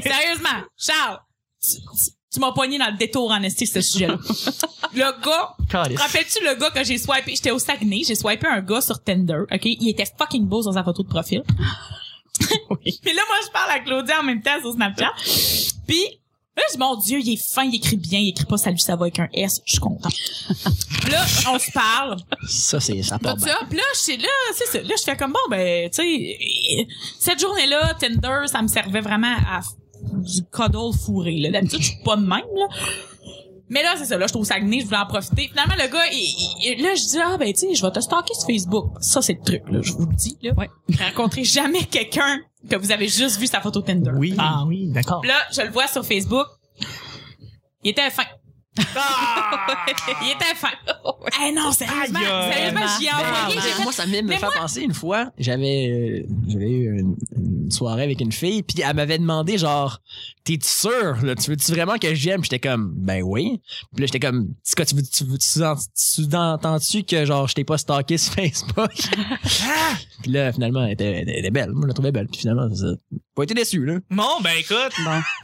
Speaker 3: sérieusement, Charles, tu, tu- tu m'as pogné dans le détour en esti, ce
Speaker 6: *laughs*
Speaker 3: sujet-là. le gars,
Speaker 1: Calice.
Speaker 3: rappelles-tu le gars que j'ai swipé? J'étais au Saguenay, j'ai swipé un gars sur Tinder, OK? Il était fucking beau sur sa photo de profil. Mais là, moi, je parle à Claudia en même temps sur Snapchat. Puis, là, je dis, mon Dieu, il est fin, il écrit bien, il écrit pas salut, ça va avec un S, je suis content. là, on se parle.
Speaker 5: Ça, c'est ça part
Speaker 3: Tout ça. Puis là, je suis là, c'est ça. Là, je fais comme bon, ben, tu sais, euh, cette journée-là, Tinder, ça me servait vraiment à f- du cuddle fourré. Là. D'habitude, je suis pas de même, là. Mais là, c'est ça. Là, je trouve ça je voulais en profiter. Finalement, le gars, il- il- là, je dis, ah, ben, tu sais, je vais te stalker sur Facebook. Ça, c'est le truc, là. Je vous le dis, là.
Speaker 6: Ouais.
Speaker 3: Rencontrez jamais quelqu'un que vous avez juste vu sa photo Tinder.
Speaker 5: Oui.
Speaker 1: Ah oui, d'accord.
Speaker 3: Puis Là, je le vois sur Facebook. Il était fin. *laughs*
Speaker 1: *laughs*
Speaker 3: Il était fin. Eh non, sérieusement,
Speaker 1: Aïe, euh,
Speaker 3: sérieusement, j'y ai envoyé, j'ai fait
Speaker 5: Ben, euh, moi, ça me
Speaker 3: Mais
Speaker 5: faire penser une fois, j'avais euh, j'avais eu une, une soirée avec une fille, puis elle m'avait demandé genre, t'es sûr, là, tu veux-tu vraiment que j'aime? J'étais comme, ben oui. Puis là, j'étais comme, c'est quoi, tu veux, tu veux, tu entends-tu que genre, je t'ai pas stalké sur *laughs* Facebook?
Speaker 1: Ah!
Speaker 5: puis là, finalement, elle était, elle était belle. Moi, je la trouvais belle. Puis finalement, ça, ça a pas été déçu, là.
Speaker 1: Bon, ben écoute.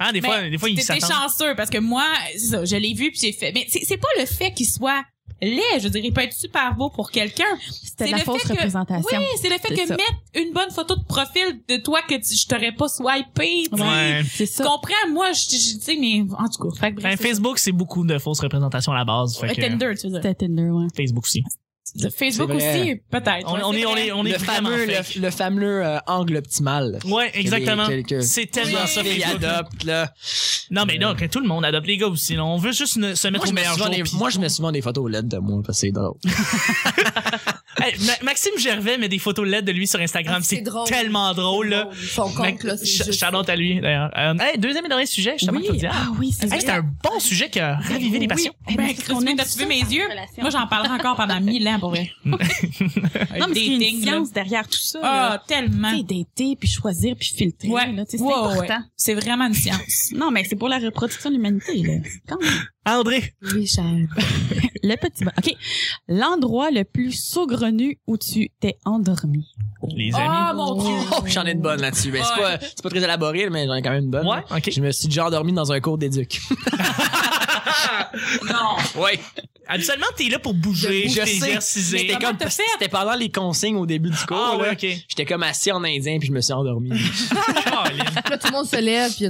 Speaker 1: Hein, des
Speaker 3: Mais
Speaker 1: fois, des fois, il
Speaker 3: T'étais
Speaker 1: s'attend.
Speaker 3: chanceux parce que moi, c'est ça, je l'ai vu puis j'ai fait. Mais c'est c'est pas le fait qu'il soit laid, je veux dire, il peut être super beau pour quelqu'un.
Speaker 6: C'était de
Speaker 3: C'est
Speaker 6: la
Speaker 3: le
Speaker 6: fausse
Speaker 3: fait que-
Speaker 6: représentation.
Speaker 3: Oui, c'est le fait
Speaker 6: C'est
Speaker 3: que
Speaker 6: ça.
Speaker 3: mettre une bonne photo de profil de toi que tu- je t'aurais pas swipé. tu sais.
Speaker 1: Ouais.
Speaker 6: C'est
Speaker 3: Tu
Speaker 6: ça.
Speaker 3: comprends? Moi, je, je- tu sais, mais en tout cas, fait que
Speaker 1: Ben,
Speaker 3: bref,
Speaker 1: Facebook, c'est beaucoup de fausses représentations à la base.
Speaker 3: c'est-
Speaker 1: Fait que-
Speaker 3: Tinder, tu veux dire.
Speaker 6: C'était Tinder, ouais.
Speaker 1: Facebook aussi.
Speaker 3: Facebook
Speaker 5: C'est vrai.
Speaker 3: aussi, peut-être.
Speaker 1: On,
Speaker 3: Ouais,
Speaker 1: on
Speaker 3: c'est
Speaker 1: est, on
Speaker 3: vrai.
Speaker 1: est, on est
Speaker 5: le,
Speaker 1: vraiment
Speaker 5: fameux,
Speaker 1: fake.
Speaker 5: le, le fameux euh, angle optimal.
Speaker 1: Ouais, exactement.
Speaker 5: Que les- que- que-
Speaker 1: C'est tellement
Speaker 5: Plusieurs
Speaker 1: ça
Speaker 5: filles
Speaker 1: Facebook.
Speaker 5: adoptent, là.
Speaker 1: Non, mais non, que tout le monde adopte les gars aussi. là. On veut juste ne- se mettre
Speaker 5: Moi, je
Speaker 1: au
Speaker 5: mets
Speaker 1: meilleur
Speaker 5: souvent
Speaker 1: jour.
Speaker 5: des-
Speaker 1: puis-
Speaker 5: moi, je mets souvent des photos LED de moi, parce que c'est drôle.
Speaker 1: Hey, Ma- Maxime Gervais met des photos LED de lui sur Instagram.
Speaker 2: Ah, c'est
Speaker 1: c'est
Speaker 2: drôle.
Speaker 1: tellement drôle, là.
Speaker 2: Son compte, là, c'est
Speaker 1: Ch-
Speaker 2: juste-
Speaker 1: Shout-out à lui, d'ailleurs. Euh, hey, deuxième et dernier sujet, justement, Claudia.
Speaker 6: Ah oui, c'est Eh
Speaker 1: Hey, c'était un bon sujet qui a ravivé les passions.
Speaker 3: Ben, Christine, t'as-tu vu mes yeux? Moi, j'en parlerai encore pendant mille ans,
Speaker 1: *laughs*
Speaker 3: pour vrai.
Speaker 6: Non, mais il y a une
Speaker 3: Dating, là.
Speaker 6: science derrière tout ça.
Speaker 3: Ah,
Speaker 6: là.
Speaker 3: tellement.
Speaker 6: Tu sais, dater, puis choisir, puis filtrer.
Speaker 3: Ouais.
Speaker 6: là, tu sais, C'est
Speaker 3: Ouais, ouais,
Speaker 6: important.
Speaker 3: ouais. C'est vraiment une science.
Speaker 6: Non, mais c'est pour la reproduction de l'humanité, là. Quand même.
Speaker 1: André,
Speaker 2: Oui, Charles.
Speaker 6: Le petit bon. OK. L'endroit le plus saugrenu où tu t'es endormi.
Speaker 1: les
Speaker 3: Ah,
Speaker 1: amis. hein?
Speaker 3: mon Dieu.
Speaker 5: *laughs* Oh, j'en ai une bonne là-dessus. Ben, c'est,
Speaker 3: Ouais.
Speaker 5: pas, c'est pas très élaboré, mais j'en ai quand même une bonne.
Speaker 1: Ouais, ok.
Speaker 5: Je me suis déjà endormi dans un cours d'éduc. *laughs*
Speaker 3: Non.
Speaker 5: Ouais.
Speaker 1: Habituellement, t'es là pour bouger,
Speaker 5: Je sais,
Speaker 1: t'exerciser.
Speaker 5: C'était, comme,
Speaker 3: Comment t'as fait?
Speaker 5: c'était pendant les consignes au début du cours.
Speaker 1: Ah,
Speaker 5: là.
Speaker 1: ouais, ok.
Speaker 5: J'étais comme assis en indien puis je me suis endormi.
Speaker 1: Caroline.
Speaker 2: Là, tout le monde se lève, puis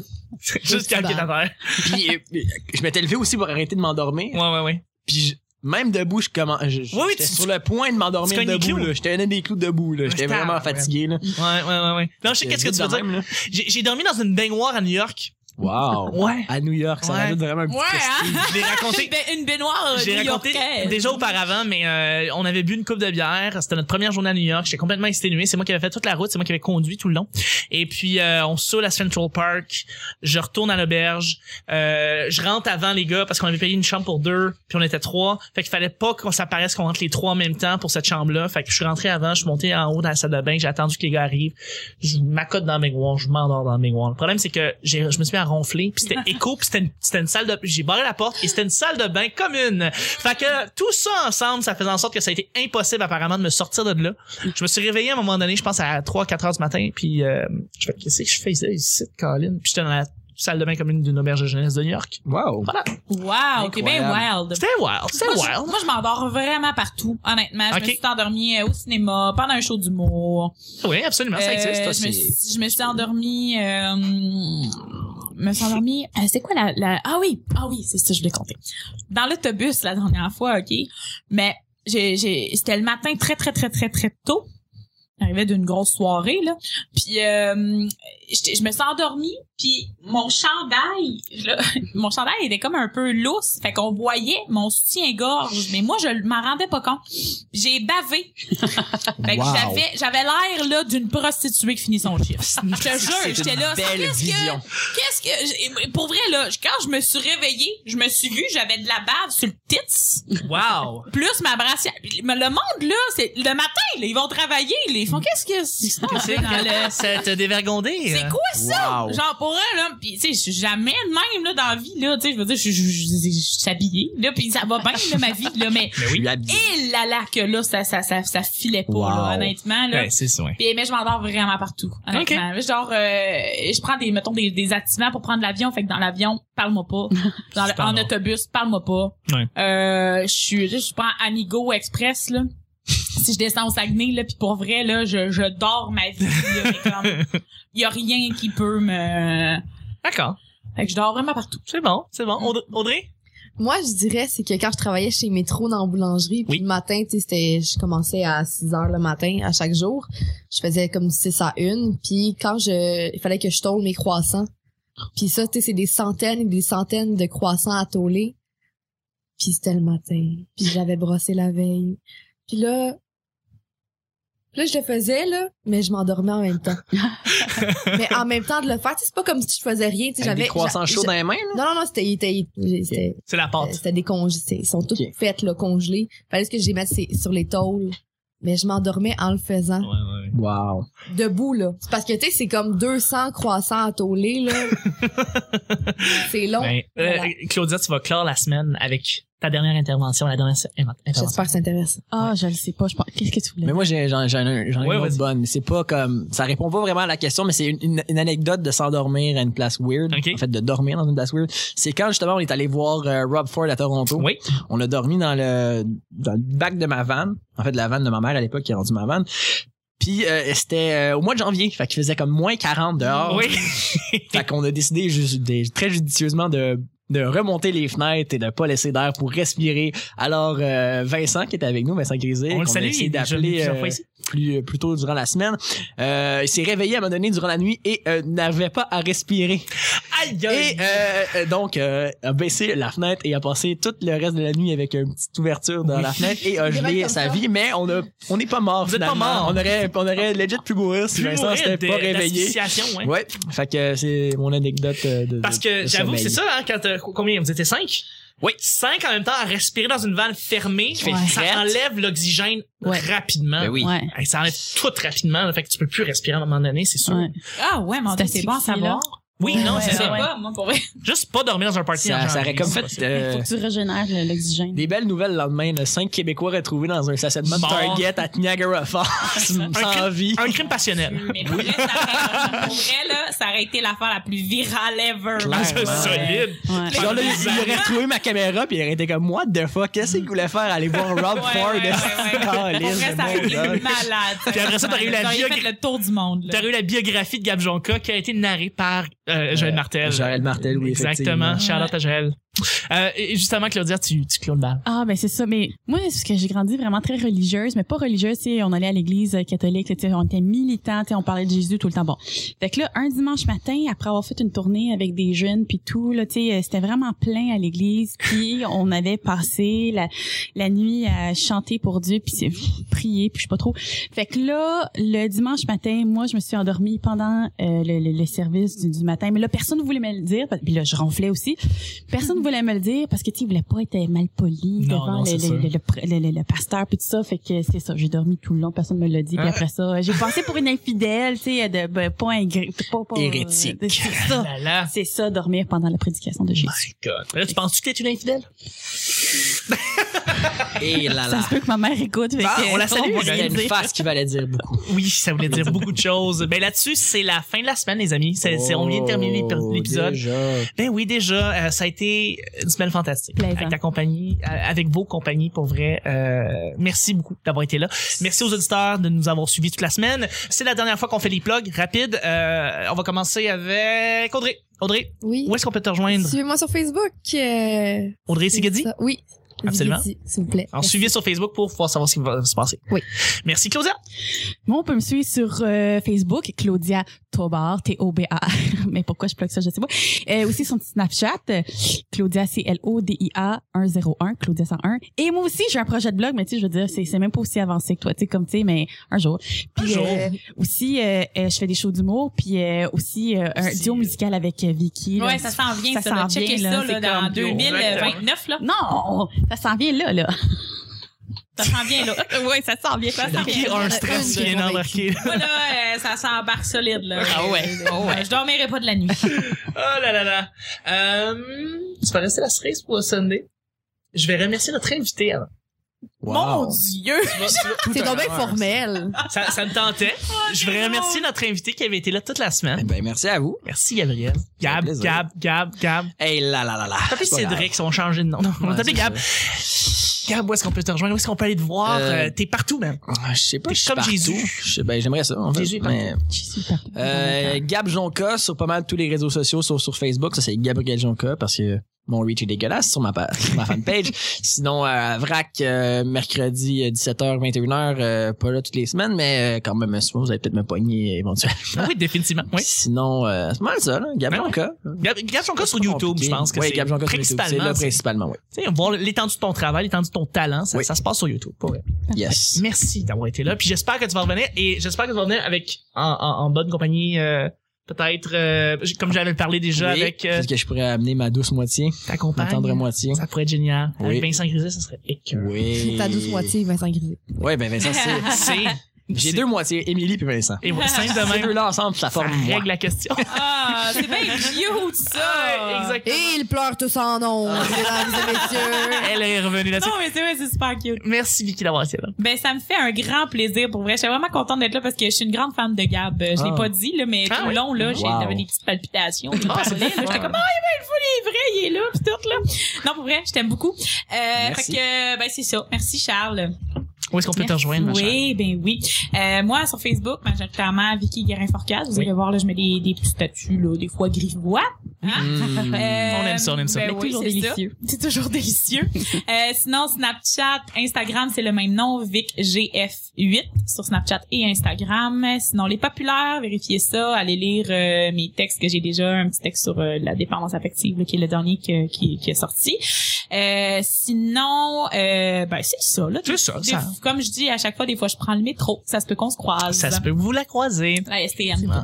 Speaker 1: Juste quelqu'un est à terre.
Speaker 5: puis euh, je m'étais levé aussi pour arrêter de m'endormir.
Speaker 1: Ouais, ouais, ouais.
Speaker 5: Puis je- même debout, je commence. Je, je-
Speaker 1: Oui, oui,
Speaker 5: j'étais
Speaker 1: tu-
Speaker 5: sur le point de
Speaker 1: tu
Speaker 5: m'endormir
Speaker 1: cognes les
Speaker 5: debout.
Speaker 1: clous.
Speaker 5: Là. J'étais un des clous debout. Là. J'étais
Speaker 1: je t'arrête,
Speaker 5: vraiment
Speaker 1: ouais.
Speaker 5: fatigué. Là.
Speaker 1: Ouais, ouais, ouais, ouais. Non, je sais qu'est-ce que tu veux dire.
Speaker 5: Même, là.
Speaker 1: J'ai j'ai dormi dans une baignoire à New York.
Speaker 5: Wow.
Speaker 1: Ouais.
Speaker 5: À New York, ça
Speaker 1: Ouais.
Speaker 5: rajoute vraiment un petit
Speaker 3: Ouais, hein?
Speaker 1: Je l'ai raconté.
Speaker 3: *laughs* Une ba- Une baignoire euh,
Speaker 1: J'ai raconté
Speaker 3: new-yorkaise.
Speaker 1: déjà auparavant, mais euh, on avait bu une coupe de bière. C'était notre première journée à New York. J'étais complètement exténué. C'est moi qui avais fait toute la route. C'est moi qui avais conduit tout le long. Et puis, euh, on saoule à Central Park. Je retourne à l'auberge. Euh, je rentre avant les gars parce qu'on avait payé une chambre pour deux. Puis on était trois. Fait qu'il fallait pas qu'on s'apparaisse qu'on rentre les trois en même temps pour cette chambre-là. Fait que je suis rentré avant. Je suis monté en haut dans la salle de bain. J'ai attendu que les gars arrivent. Je m'accote dans mes miroir. Je m'endors dans mes miroir. Le problème, c'est que j'ai- je me suis mis à ronfler. Puis
Speaker 3: *laughs*
Speaker 1: c'était écho. Puis c'était une, c'était une salle de... J'ai barré la porte et c'était une salle de bain commune. Fait que tout ça ensemble, ça faisait en sorte que ça a été impossible apparemment de me sortir de là. Je me suis réveillé à un moment donné, je pense à 3-4 heures du matin, puis euh, je fais qu'est-ce que je faisais ici, Colin? Puis j'étais dans la salle de bain commune d'une auberge de jeunesse de New York.
Speaker 5: Wow.
Speaker 3: Wow, t'es bien wild.
Speaker 1: C'était wild, c'était
Speaker 3: Moi, je,
Speaker 1: wild.
Speaker 3: moi, je m'endors vraiment partout, honnêtement. Je
Speaker 1: Ok.
Speaker 3: me suis endormie euh, au cinéma, pendant un show d'humour.
Speaker 1: Oui, absolument, Ah, ça
Speaker 3: Euh,
Speaker 1: existe.
Speaker 3: je, me suis, je me suis endormie... Euh, me suis endormie... euh, c'est quoi la, la... Ah oui, ah oui, c'est ça, je l'ai compté. Dans l'autobus, la dernière fois, OK? Mais j'ai, j'ai, c'était le matin très, très, très, très, très tôt. J'arrivais d'une grosse soirée, là. Puis euh, j'étais- je me suis endormie. Puis mon chandail, je le- *laughs* mon chandail il était comme un peu lousse, fait qu'on voyait mon soutien-gorge, mais moi je m'en rendais pas compte. J'ai bavé. *laughs* fait que
Speaker 5: Wow.
Speaker 3: j'avais j'avais l'air là d'une prostituée qui finit son chiffre. Je te
Speaker 1: *laughs*
Speaker 3: jure, j'étais là,
Speaker 5: belle
Speaker 3: qu'est-ce que
Speaker 5: vision.
Speaker 3: qu'est-ce que j'ai- pour vrai là, quand je me suis réveillée, je me suis vue, j'avais de la bave sur le tits
Speaker 1: Wow!
Speaker 3: plus ma brassière. Mais le monde là, c'est le matin, là, ils vont travailler, là, ils font qu'est-ce que c'est
Speaker 1: C'est que cette dévergondée. euh.
Speaker 3: c'est quoi ça?
Speaker 1: Ah
Speaker 5: Wow.
Speaker 3: Genre pour elle, là, pis tu sais, je suis jamais de même là dans la vie, là, tu sais, je veux dire, je je- je- je- je suis habillée, là, pis ça va bien, là, ma vie,
Speaker 1: *laughs*
Speaker 3: là, mais
Speaker 5: Je suis habillé.
Speaker 3: et là là que là, ça, ça, ça, ça filait pas,
Speaker 5: Wow.
Speaker 3: là, honnêtement, là.
Speaker 1: Ouais, Ben, c'est ça. ouais.
Speaker 3: Pis, mais je m'endors vraiment partout, honnêtement. Genre, euh, je prends des, mettons, des, des activants pour prendre l'avion. Fait que dans l'avion, parle-moi
Speaker 1: *laughs*
Speaker 3: pas. Dans le-
Speaker 1: Super
Speaker 3: en
Speaker 1: bon.
Speaker 3: autobus, parle-moi pas.
Speaker 1: Ouais.
Speaker 3: Euh, je suis, je prends Amigo Express,
Speaker 1: *laughs*
Speaker 3: là. si je descends au Saguenay, là, pis pour vrai, là, je, je dors ma vie, là, mais
Speaker 1: *laughs*
Speaker 3: comme, y a rien qui peut me...
Speaker 1: D'accord.
Speaker 3: Fait que je dors vraiment partout.
Speaker 1: C'est bon, c'est bon. Aud- Audrey?
Speaker 2: Moi, je dirais, c'est que quand je travaillais chez Métro dans la boulangerie, puis
Speaker 1: Oui.
Speaker 2: le matin, tu sais, c'était- je commençais à 6 heures le matin à chaque jour. Je faisais comme 6 à 1, puis quand je, il fallait que je tôle mes croissants. Puis ça, tu sais, c'est des centaines et des centaines de croissants à tôler. Puis c'était le matin, puis j'avais brossé la veille. Puis là, là, je le faisais, là, mais je m'endormais en
Speaker 5: *laughs*
Speaker 2: même temps. mais en même temps de le faire, tu sais, c'est pas comme si je faisais rien, tu sais,
Speaker 5: Avec
Speaker 2: j'avais...
Speaker 5: des croissants
Speaker 2: j'a-
Speaker 5: chauds dans les mains, là.
Speaker 2: non, non, non, c'était, il était- il- c'était,
Speaker 1: C'est la
Speaker 2: euh,
Speaker 1: pâte.
Speaker 2: C'était des congés. Ils sont toutes
Speaker 5: Ok.
Speaker 2: faites, là, congelées. Fallait que je les mette c'est- sur les tôles. Mais je m'endormais en le faisant.
Speaker 1: ouais.
Speaker 5: Wow.
Speaker 2: Debout, là. C'est Parce que, tu sais, c'est comme 200 croissants à tôler, là.
Speaker 1: *laughs*
Speaker 2: c'est long.
Speaker 1: Ben, euh,
Speaker 2: Voilà.
Speaker 1: Claudia, tu vas clore la semaine avec ta dernière intervention, la dernière se- invent- intervention.
Speaker 2: J'espère que ça intéresse.
Speaker 6: Ah, je le sais pas. Je pense... Qu'est-ce que tu voulais?
Speaker 5: Mais moi, j'ai- j'en j'en ai un- j'en ai
Speaker 1: Ouais,
Speaker 5: une
Speaker 1: vas-y.
Speaker 5: autre bonne. C'est pas comme. Ça répond pas vraiment à la question, mais c'est une, une- une anecdote de s'endormir à une place weird.
Speaker 1: Ok.
Speaker 5: En fait, de dormir dans une place weird. C'est quand justement on est allé voir euh, Rob Ford à Toronto.
Speaker 1: Oui.
Speaker 5: On a dormi dans le, dans le bac de ma vanne. En fait, la vanne de ma mère à l'époque qui a rendu ma vanne. Puis euh, c'était euh, au mois de janvier. Fait qu'il faisait comme moins 40 dehors.
Speaker 1: Oui.
Speaker 5: Fait qu'on a décidé ju- de- très judicieusement de de remonter les fenêtres et de pas laisser d'air pour respirer. Alors euh, Vincent qui était avec nous, Vincent Grisé,
Speaker 1: On le
Speaker 5: qu'on a
Speaker 1: salue, il
Speaker 5: essayé
Speaker 1: est déjà venu
Speaker 5: d'appeler
Speaker 1: plusieurs
Speaker 5: euh,
Speaker 1: fois ici.
Speaker 5: plus, plus tôt durant la semaine, euh, il s'est réveillé à un moment donné durant la nuit et euh, n'arrivait pas à respirer.
Speaker 1: Aïe,
Speaker 5: Et
Speaker 1: aïe.
Speaker 5: euh, euh, donc euh, a baissé la fenêtre et a passé tout le reste de la nuit avec une petite ouverture dans
Speaker 1: Oui.
Speaker 5: la fenêtre et a
Speaker 2: Il reste
Speaker 5: gelé
Speaker 2: comme
Speaker 5: sa
Speaker 2: ça.
Speaker 5: vie. Mais on a on n'est pas mort.
Speaker 1: Vous êtes pas
Speaker 5: finalement.
Speaker 1: mort.
Speaker 5: On aurait on aurait legit pu mourir si
Speaker 1: Plus
Speaker 5: Vincent
Speaker 1: mourir
Speaker 5: s'était
Speaker 1: de-
Speaker 5: pas réveillé.
Speaker 1: d'asphyxiation, ouais.
Speaker 5: Ouais, fait que euh, c'est mon anecdote euh, de.
Speaker 1: Parce
Speaker 5: de-
Speaker 1: que
Speaker 5: de
Speaker 1: j'avoue,
Speaker 5: sommeil.
Speaker 1: c'est ça, hein, quand euh, combien vous étiez cinq? Oui. Cinq en même temps à respirer dans une vanne fermée,
Speaker 6: fait
Speaker 1: ça
Speaker 5: frette.
Speaker 1: enlève l'oxygène
Speaker 6: Ouais.
Speaker 1: rapidement.
Speaker 5: Ben oui.
Speaker 6: Ouais.
Speaker 1: Hey, ça enlève tout rapidement, là, fait que tu peux plus respirer à un moment donné,
Speaker 5: Euh,
Speaker 1: c'est sûr.
Speaker 6: Ouais.
Speaker 3: Ah ouais, mon
Speaker 6: C'est
Speaker 3: dieu, c'est bon à
Speaker 6: asphyxié,
Speaker 3: savoir. Euh,
Speaker 1: Oui, non, c'est
Speaker 3: Je sais
Speaker 1: ça. ouais.
Speaker 3: pas, moi, pour vrai.
Speaker 1: Juste pas dormir dans un party. en
Speaker 5: Ça, ça
Speaker 1: janvier,
Speaker 5: aurait comme
Speaker 1: c'est
Speaker 5: fait
Speaker 1: pas ça.
Speaker 5: euh,
Speaker 6: Faut que tu régénères le- l'oxygène.
Speaker 5: des belles nouvelles le lendemain. là. Cinq Québécois retrouvés dans un stationnement de
Speaker 1: Bon.
Speaker 5: Target à Niagara Falls sans
Speaker 1: crime-
Speaker 5: vie.
Speaker 1: Un crime passionnel. *laughs*
Speaker 3: Mais pour vrai, ça aurait, pour vrai, là, ça aurait été l'affaire la plus virale ever.
Speaker 5: Clairement.
Speaker 3: Ouais.
Speaker 1: Solide.
Speaker 6: Ouais.
Speaker 5: Genre là, il il aurait retrouvé ma caméra puis il aurait été comme What the fuck, qu'est-ce qu'il voulait faire aller voir Rob
Speaker 3: Ouais,
Speaker 5: Ford?
Speaker 3: ouais, ouais, ouais.
Speaker 5: *laughs* Caliste,
Speaker 3: Pour vrai, ça
Speaker 5: mon
Speaker 3: aurait été
Speaker 5: gars.
Speaker 3: malade.
Speaker 1: Puis après ça, t'aurais eu la
Speaker 3: J'aurais
Speaker 1: biogra-
Speaker 3: fait le tour du monde. là.
Speaker 1: T'as eu la biographie de Gab Jonca qui a été narrée par euh, Joël Martel.
Speaker 5: Joël Martel, oui,
Speaker 1: Exactement.
Speaker 5: effectivement.
Speaker 1: Charlotte à Joël. Euh, et justement, Claudia, tu, tu clôt le bal.
Speaker 6: Ah ben c'est ça mais moi c'est parce que j'ai grandi vraiment très religieuse mais pas religieuse tu sais on allait à l'église euh, catholique tu sais on était militants tu sais on parlait de Jésus tout le temps bon fait que là un dimanche matin après avoir fait une tournée avec des jeunes puis tout là tu sais euh, c'était vraiment plein
Speaker 1: *laughs*
Speaker 6: à l'église puis on avait passé la la nuit à chanter pour Dieu puis c'est- *laughs* prier puis je sais pas trop fait que là le dimanche matin moi je me suis endormie pendant euh, le, le- le service du, du matin mais là personne ne voulait me le dire puis là je ronflais aussi personne voulait me le dire parce que tu sais, il voulait pas être mal poli
Speaker 1: Non,
Speaker 6: devant
Speaker 1: non,
Speaker 6: le,
Speaker 1: c'est
Speaker 6: le,
Speaker 1: sûr.
Speaker 6: le- le pr- le- le- le pasteur puis tout ça fait que c'est ça j'ai dormi tout le long personne me l'a dit
Speaker 1: Ah.
Speaker 6: puis après ça j'ai passé pour une infidèle tu sais de ben, pas ingré pas, pas euh,
Speaker 5: Hérétique.
Speaker 6: c'est ça
Speaker 1: Oh Là, là.
Speaker 6: c'est ça dormir pendant la prédication de Jésus
Speaker 1: My God. Là, tu penses-tu que t'es une infidèle?
Speaker 5: Et Eh là
Speaker 6: ça
Speaker 5: là.
Speaker 6: se peut que ma mère écoute fait
Speaker 1: Ah,
Speaker 6: que-
Speaker 1: Ben, on la salue,
Speaker 6: va
Speaker 1: on
Speaker 5: Il y a
Speaker 6: rien
Speaker 5: une
Speaker 6: dire.
Speaker 5: face qui valait dire beaucoup.
Speaker 1: Oui, ça voulait dire beaucoup de choses. Ben là-dessus, c'est la fin de la semaine, les amis. C'est, c'est- on vient de terminer l'épi-
Speaker 5: Oh,
Speaker 1: l'épisode.
Speaker 5: déjà.
Speaker 1: Ben oui, déjà, euh, ça a été une semaine fantastique.
Speaker 6: Plaisant.
Speaker 1: Avec ta compagnie, euh, avec vos compagnies, pour vrai. Euh, merci beaucoup d'avoir été là. Merci aux auditeurs de nous avoir suivis toute la semaine. C'est la dernière fois qu'on fait les plugs rapides. Euh, on va commencer avec Audrey. Audrey,
Speaker 2: Oui.
Speaker 1: où est-ce qu'on peut te rejoindre?
Speaker 2: Suivez-moi sur Facebook. euh,
Speaker 1: Audrey
Speaker 2: c'est
Speaker 1: Sigedi?
Speaker 2: ça. Oui.
Speaker 1: Absolument.
Speaker 2: Venez-y, S'il vous plaît.
Speaker 1: Alors, suivez sur Facebook pour pouvoir savoir ce qui va se passer.
Speaker 2: Oui.
Speaker 1: Merci, Claudia.
Speaker 6: Moi, on peut me suivre sur euh, Facebook, Claudia Tobar, T-O-B-A. *laughs* Mais pourquoi je plug ça, je sais pas. Euh, aussi son petit Snapchat, euh, Claudia C-L-O-D-I-A 101, Claudia 101. Et moi aussi, j'ai un projet de blog, mais tu sais, je veux dire, c'est c'est même pas aussi avancé que toi, tu sais, comme tu sais, mais un jour. Puis,
Speaker 1: jour.
Speaker 6: euh, aussi, euh, euh, je fais des shows d'humour, puis euh, aussi euh, un
Speaker 1: Aussi,
Speaker 6: duo
Speaker 1: euh,
Speaker 6: musical avec euh, Vicky. là.
Speaker 3: Ouais, ça s'en vient,
Speaker 6: Ça
Speaker 3: ça.
Speaker 6: s'en
Speaker 3: Checker
Speaker 6: vient,
Speaker 3: ça,
Speaker 6: là,
Speaker 3: là,
Speaker 6: c'est
Speaker 3: dans
Speaker 6: comme-
Speaker 3: 2029, là.
Speaker 6: Non, ça s'en vient là, là.
Speaker 3: Ça s'en vient, là. *laughs*
Speaker 6: oui, ça s'en vient.
Speaker 3: Ça s'en
Speaker 1: Qui
Speaker 3: vient.
Speaker 1: a un stress qui
Speaker 2: Une
Speaker 1: vient
Speaker 2: seconde.
Speaker 1: d'embarquer?
Speaker 3: Moi, là, euh, ça s'embarque solide, là. Ah ouais. Je dormirai pas de la nuit.
Speaker 1: *laughs* Oh là là là. Euh, tu vas rester la cerise pour le Sunday. Je vais remercier notre invité avant.
Speaker 3: Mon Dieu!
Speaker 1: Tu vas- tu vas-
Speaker 2: C'est tombé formel.
Speaker 1: ça, ça me tentait. Je vais remercier notre invité qui avait été là toute la
Speaker 5: Eh
Speaker 1: semaine.
Speaker 5: Ben, merci à vous.
Speaker 1: Merci, Gabriel. Gab,
Speaker 5: plaisir.
Speaker 1: Gab, Gab, Gab.
Speaker 5: Hey là là là là.
Speaker 1: T'as
Speaker 5: C'est pas grave.
Speaker 1: Cédric, ils ont changé de nom. Non, on va
Speaker 5: Ouais,
Speaker 1: t'appeler
Speaker 5: c'est
Speaker 1: Gab. Gab, où est-ce qu'on peut te rejoindre? Où est-ce qu'on peut aller te voir?
Speaker 5: Euh,
Speaker 1: Euh, T'es partout, même.
Speaker 5: Ah, Je sais pas,
Speaker 1: T'es
Speaker 5: je suis
Speaker 1: comme
Speaker 5: partout.
Speaker 1: Jésus.
Speaker 5: Je sais- ben, j'aimerais ça. En fait.
Speaker 1: Jésus est partout.
Speaker 5: Mais, euh, Gab Jonca sur pas mal tous les réseaux sociaux, sauf sur Facebook. Ça, c'est Gabriel Jonca parce que mon reach est dégueulasse sur ma, pa- *laughs* sur ma fanpage. Sinon, à VRAC, euh, mercredi euh, 17h, 21h, euh, pas là toutes les semaines, mais euh, quand même, souvent, vous allez peut-être me pogner éventuellement.
Speaker 1: Ah oui, définitivement. Oui.
Speaker 5: Sinon, euh, c'est pas mal ça, là. Gab
Speaker 1: Ben ouais.
Speaker 5: Jonca.
Speaker 1: Gab, Gab Jonca sur YouTube, je pense que
Speaker 5: Oui,
Speaker 1: c'est
Speaker 5: Gab Jonca sur YouTube. C'est là
Speaker 1: principalement. c'est-
Speaker 5: principalement, oui.
Speaker 1: Tu sais, voir l'étendue de ton travail, l'étendue de ton talent, ça,
Speaker 5: Oui.
Speaker 1: ça se passe sur YouTube. Pour vrai.
Speaker 5: Yes.
Speaker 1: Merci d'avoir été là. Puis j'espère que tu vas revenir et j'espère que tu vas revenir avec en, en- en bonne compagnie. euh, Peut-être, euh, j- comme j'avais parlé déjà
Speaker 5: Oui,
Speaker 1: avec euh,
Speaker 5: Peut-être que je pourrais amener ma douce moitié,
Speaker 1: ta
Speaker 5: ma
Speaker 1: compagne,
Speaker 5: tendre moitié.
Speaker 1: ça pourrait être génial. Avec
Speaker 5: Oui.
Speaker 1: Vincent Griset, ça serait écœurant.
Speaker 5: Oui.
Speaker 2: Ta douce moitié, Vincent Grisé.
Speaker 5: Ouais, ben Vincent, c'est.
Speaker 1: *laughs* C'est,
Speaker 5: J'ai
Speaker 1: c'est-
Speaker 5: deux moitiés, Émilie puis Vincent.
Speaker 1: Et ouais, simple de
Speaker 5: Ces
Speaker 1: même,
Speaker 5: deux-là ensemble, ça
Speaker 1: ça
Speaker 5: forme moi.
Speaker 1: règle la
Speaker 3: *laughs*
Speaker 1: question.
Speaker 3: Ah, c'est bien cute, ça!
Speaker 1: Exactement.
Speaker 2: Et il pleure tous en nom,
Speaker 1: Ah.
Speaker 2: mesdames et messieurs.
Speaker 1: Elle est revenue là-dessus.
Speaker 3: Non, mais c'est vrai, c'est super cute.
Speaker 1: Merci Vicky d'avoir été là.
Speaker 3: Ben, ça me fait un grand plaisir, pour vrai. Je suis vraiment contente d'être là parce que je suis une grande fan de Gab. Euh, Je l'ai
Speaker 5: Ah.
Speaker 3: pas dit, là, mais
Speaker 1: Ah
Speaker 3: tout le
Speaker 1: oui.
Speaker 3: long, là, j'ai-
Speaker 5: Wow.
Speaker 3: j'avais des petites palpitations. Je
Speaker 1: Ah, c'est
Speaker 3: parlais,
Speaker 1: bien
Speaker 3: là, J'étais
Speaker 1: fun.
Speaker 3: comme, ah, il est fou, il est vrai, il est là, pis tout, là. Non, pour vrai, je t'aime beaucoup. Euh, fait
Speaker 5: Merci.
Speaker 3: que, ben, c'est ça. Merci, Charles.
Speaker 1: Où est-ce qu'on peut te
Speaker 3: Merci.
Speaker 1: rejoindre, ma chère?
Speaker 3: Oui, ben oui. Euh, moi, sur Facebook, majoritairement Vicky Guérin-Forcade. Vous
Speaker 1: Oui.
Speaker 3: allez voir, là, je mets des, des petits statuts, là, des fois grivois. hein?
Speaker 5: Mmh.
Speaker 1: Mm. *laughs* On aime ça, on aime ça.
Speaker 3: Ben
Speaker 6: Mais
Speaker 3: oui,
Speaker 6: toujours
Speaker 3: c'est ça.
Speaker 6: délicieux.
Speaker 3: C'est toujours délicieux. Euh, sinon, Snapchat, Instagram, c'est le même nom, VicGF8 sur Snapchat et Instagram. Sinon, les populaires, vérifiez ça, allez lire euh, mes textes que j'ai déjà, un petit texte sur euh, la dépendance affective, là, qui est le dernier que- qui, qui est sorti. Euh, sinon, euh, ben c'est ça. Là,
Speaker 1: C'est ça,
Speaker 3: Des-
Speaker 1: ça.
Speaker 3: Comme je dis à chaque fois, des fois, je prends le métro. Ça se peut qu'on se croise.
Speaker 1: Ça se peut que vous la croisez.
Speaker 3: La STM.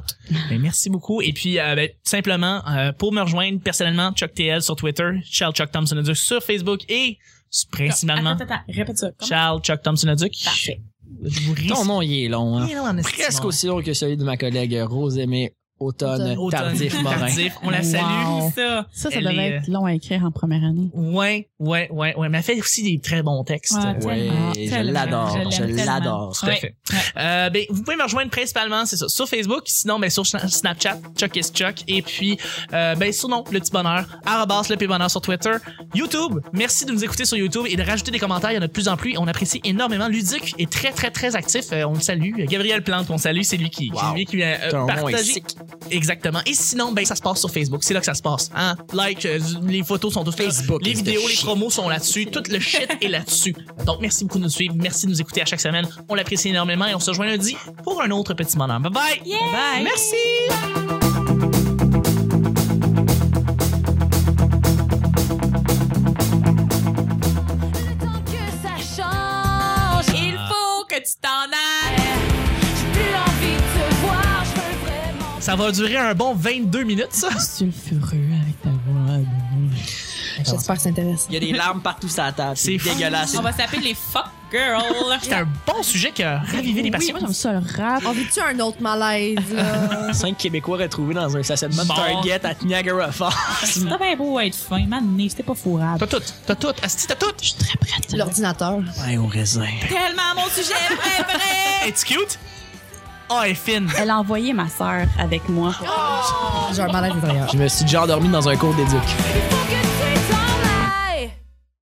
Speaker 1: Ben, merci beaucoup. Et puis, euh, ben, tout simplement, euh, pour me rejoindre personnellement, Chuck TL sur Twitter, Charles Chuck Thompson Leduc sur Facebook et s- principalement
Speaker 3: Attends, attends, attends, répète ça. Comment?
Speaker 1: Charles Chuck Thompson Leduc.
Speaker 3: Parfait.
Speaker 1: Je vous risque.
Speaker 5: Ton nom, il est long, hein.
Speaker 1: Il est long en estime,
Speaker 5: Presque
Speaker 1: ouais.
Speaker 5: aussi long que celui de ma collègue Rosemée Automne,
Speaker 1: Automne,
Speaker 5: Tardif Morin.
Speaker 1: Tardif, on la salue.
Speaker 6: Wow.
Speaker 3: Ça.
Speaker 6: Ça, ça
Speaker 1: Elle
Speaker 6: devait
Speaker 1: est, euh,
Speaker 6: être long à écrire en première année.
Speaker 1: Ouais, ouais, ouais, ouais. Mais elle fait aussi des très bons textes.
Speaker 3: Ouais,
Speaker 1: Euh,
Speaker 5: Ouais,
Speaker 3: Ah, Tellement,
Speaker 5: je
Speaker 3: tellement, je l'aime
Speaker 5: l'adore, je
Speaker 3: tellement.
Speaker 5: l'adore.
Speaker 1: Tout à
Speaker 3: Ouais.
Speaker 1: fait. Euh, ben, vous pouvez me rejoindre principalement, c'est ça, sur Facebook, sinon ben, sur Schna- Snapchat, Chuck is Chuck, et puis euh, ben, sur non, le petit bonheur, arrobas le petit bonheur sur Twitter, YouTube. Merci de nous écouter sur YouTube et de rajouter des commentaires, il y en a de plus en plus, et on apprécie énormément. Ludic est très très très actif, Euh, on le salue. Euh, Gabriel Plante, on salue, c'est lui qui, qui-
Speaker 5: Wow.
Speaker 1: lui qui vient euh,
Speaker 5: Ton nom est
Speaker 1: partager.
Speaker 5: sick.
Speaker 1: Exactement. Et sinon, ben ça se passe sur Facebook, c'est là que ça se passe. Hein? Like, euh, les photos sont toutes là.
Speaker 5: Facebook
Speaker 1: les
Speaker 5: is the
Speaker 1: vidéos, les
Speaker 5: shit.
Speaker 1: promos sont là-dessus, tout le shit est là-dessus. Donc merci beaucoup de nous suivre, merci de nous écouter à chaque semaine, on l'apprécie énormément et on se rejoint lundi pour un autre petit bonhomme. Bye bye.
Speaker 3: Bye.
Speaker 1: Merci.
Speaker 7: que ça change.
Speaker 3: Il faut que tu t'en ailles.
Speaker 7: J'ai plus envie de te voir, je veux vraiment.
Speaker 1: Ça va durer un bon 22 minutes ça.
Speaker 6: Sulfureux avec ta voix.
Speaker 2: J'espère que ça intéresse.
Speaker 5: Il y a des larmes partout sur la table.
Speaker 1: C'est
Speaker 5: C'est
Speaker 1: fou.
Speaker 5: dégueulasse.
Speaker 3: On va s'appeler les fuck girls.
Speaker 1: C'est un bon sujet qui a ravivé les
Speaker 6: Oui,
Speaker 1: passions.
Speaker 6: moi, j'aime ça, le rap.
Speaker 2: On vit-tu un autre malaise, là?
Speaker 5: Cinq Québécois retrouvés dans un stationnement de
Speaker 1: Bon.
Speaker 5: Target à Niagara Falls.
Speaker 3: C'est bien beau être fin, man. C'était pas fourrable.
Speaker 1: T'as tout, t'as tout, Asti, t'as tout.
Speaker 2: L'ordinateur.
Speaker 5: Ouais, au raisin.
Speaker 3: Tellement mon sujet
Speaker 1: *laughs*
Speaker 3: préféré.
Speaker 1: It's cute. Oh, elle est fine.
Speaker 6: Elle a envoyé ma sœur avec moi.
Speaker 2: J'ai un malaise intérieur.
Speaker 5: Je me suis déjà endormi dans un cours d'éduc.
Speaker 7: Il faut que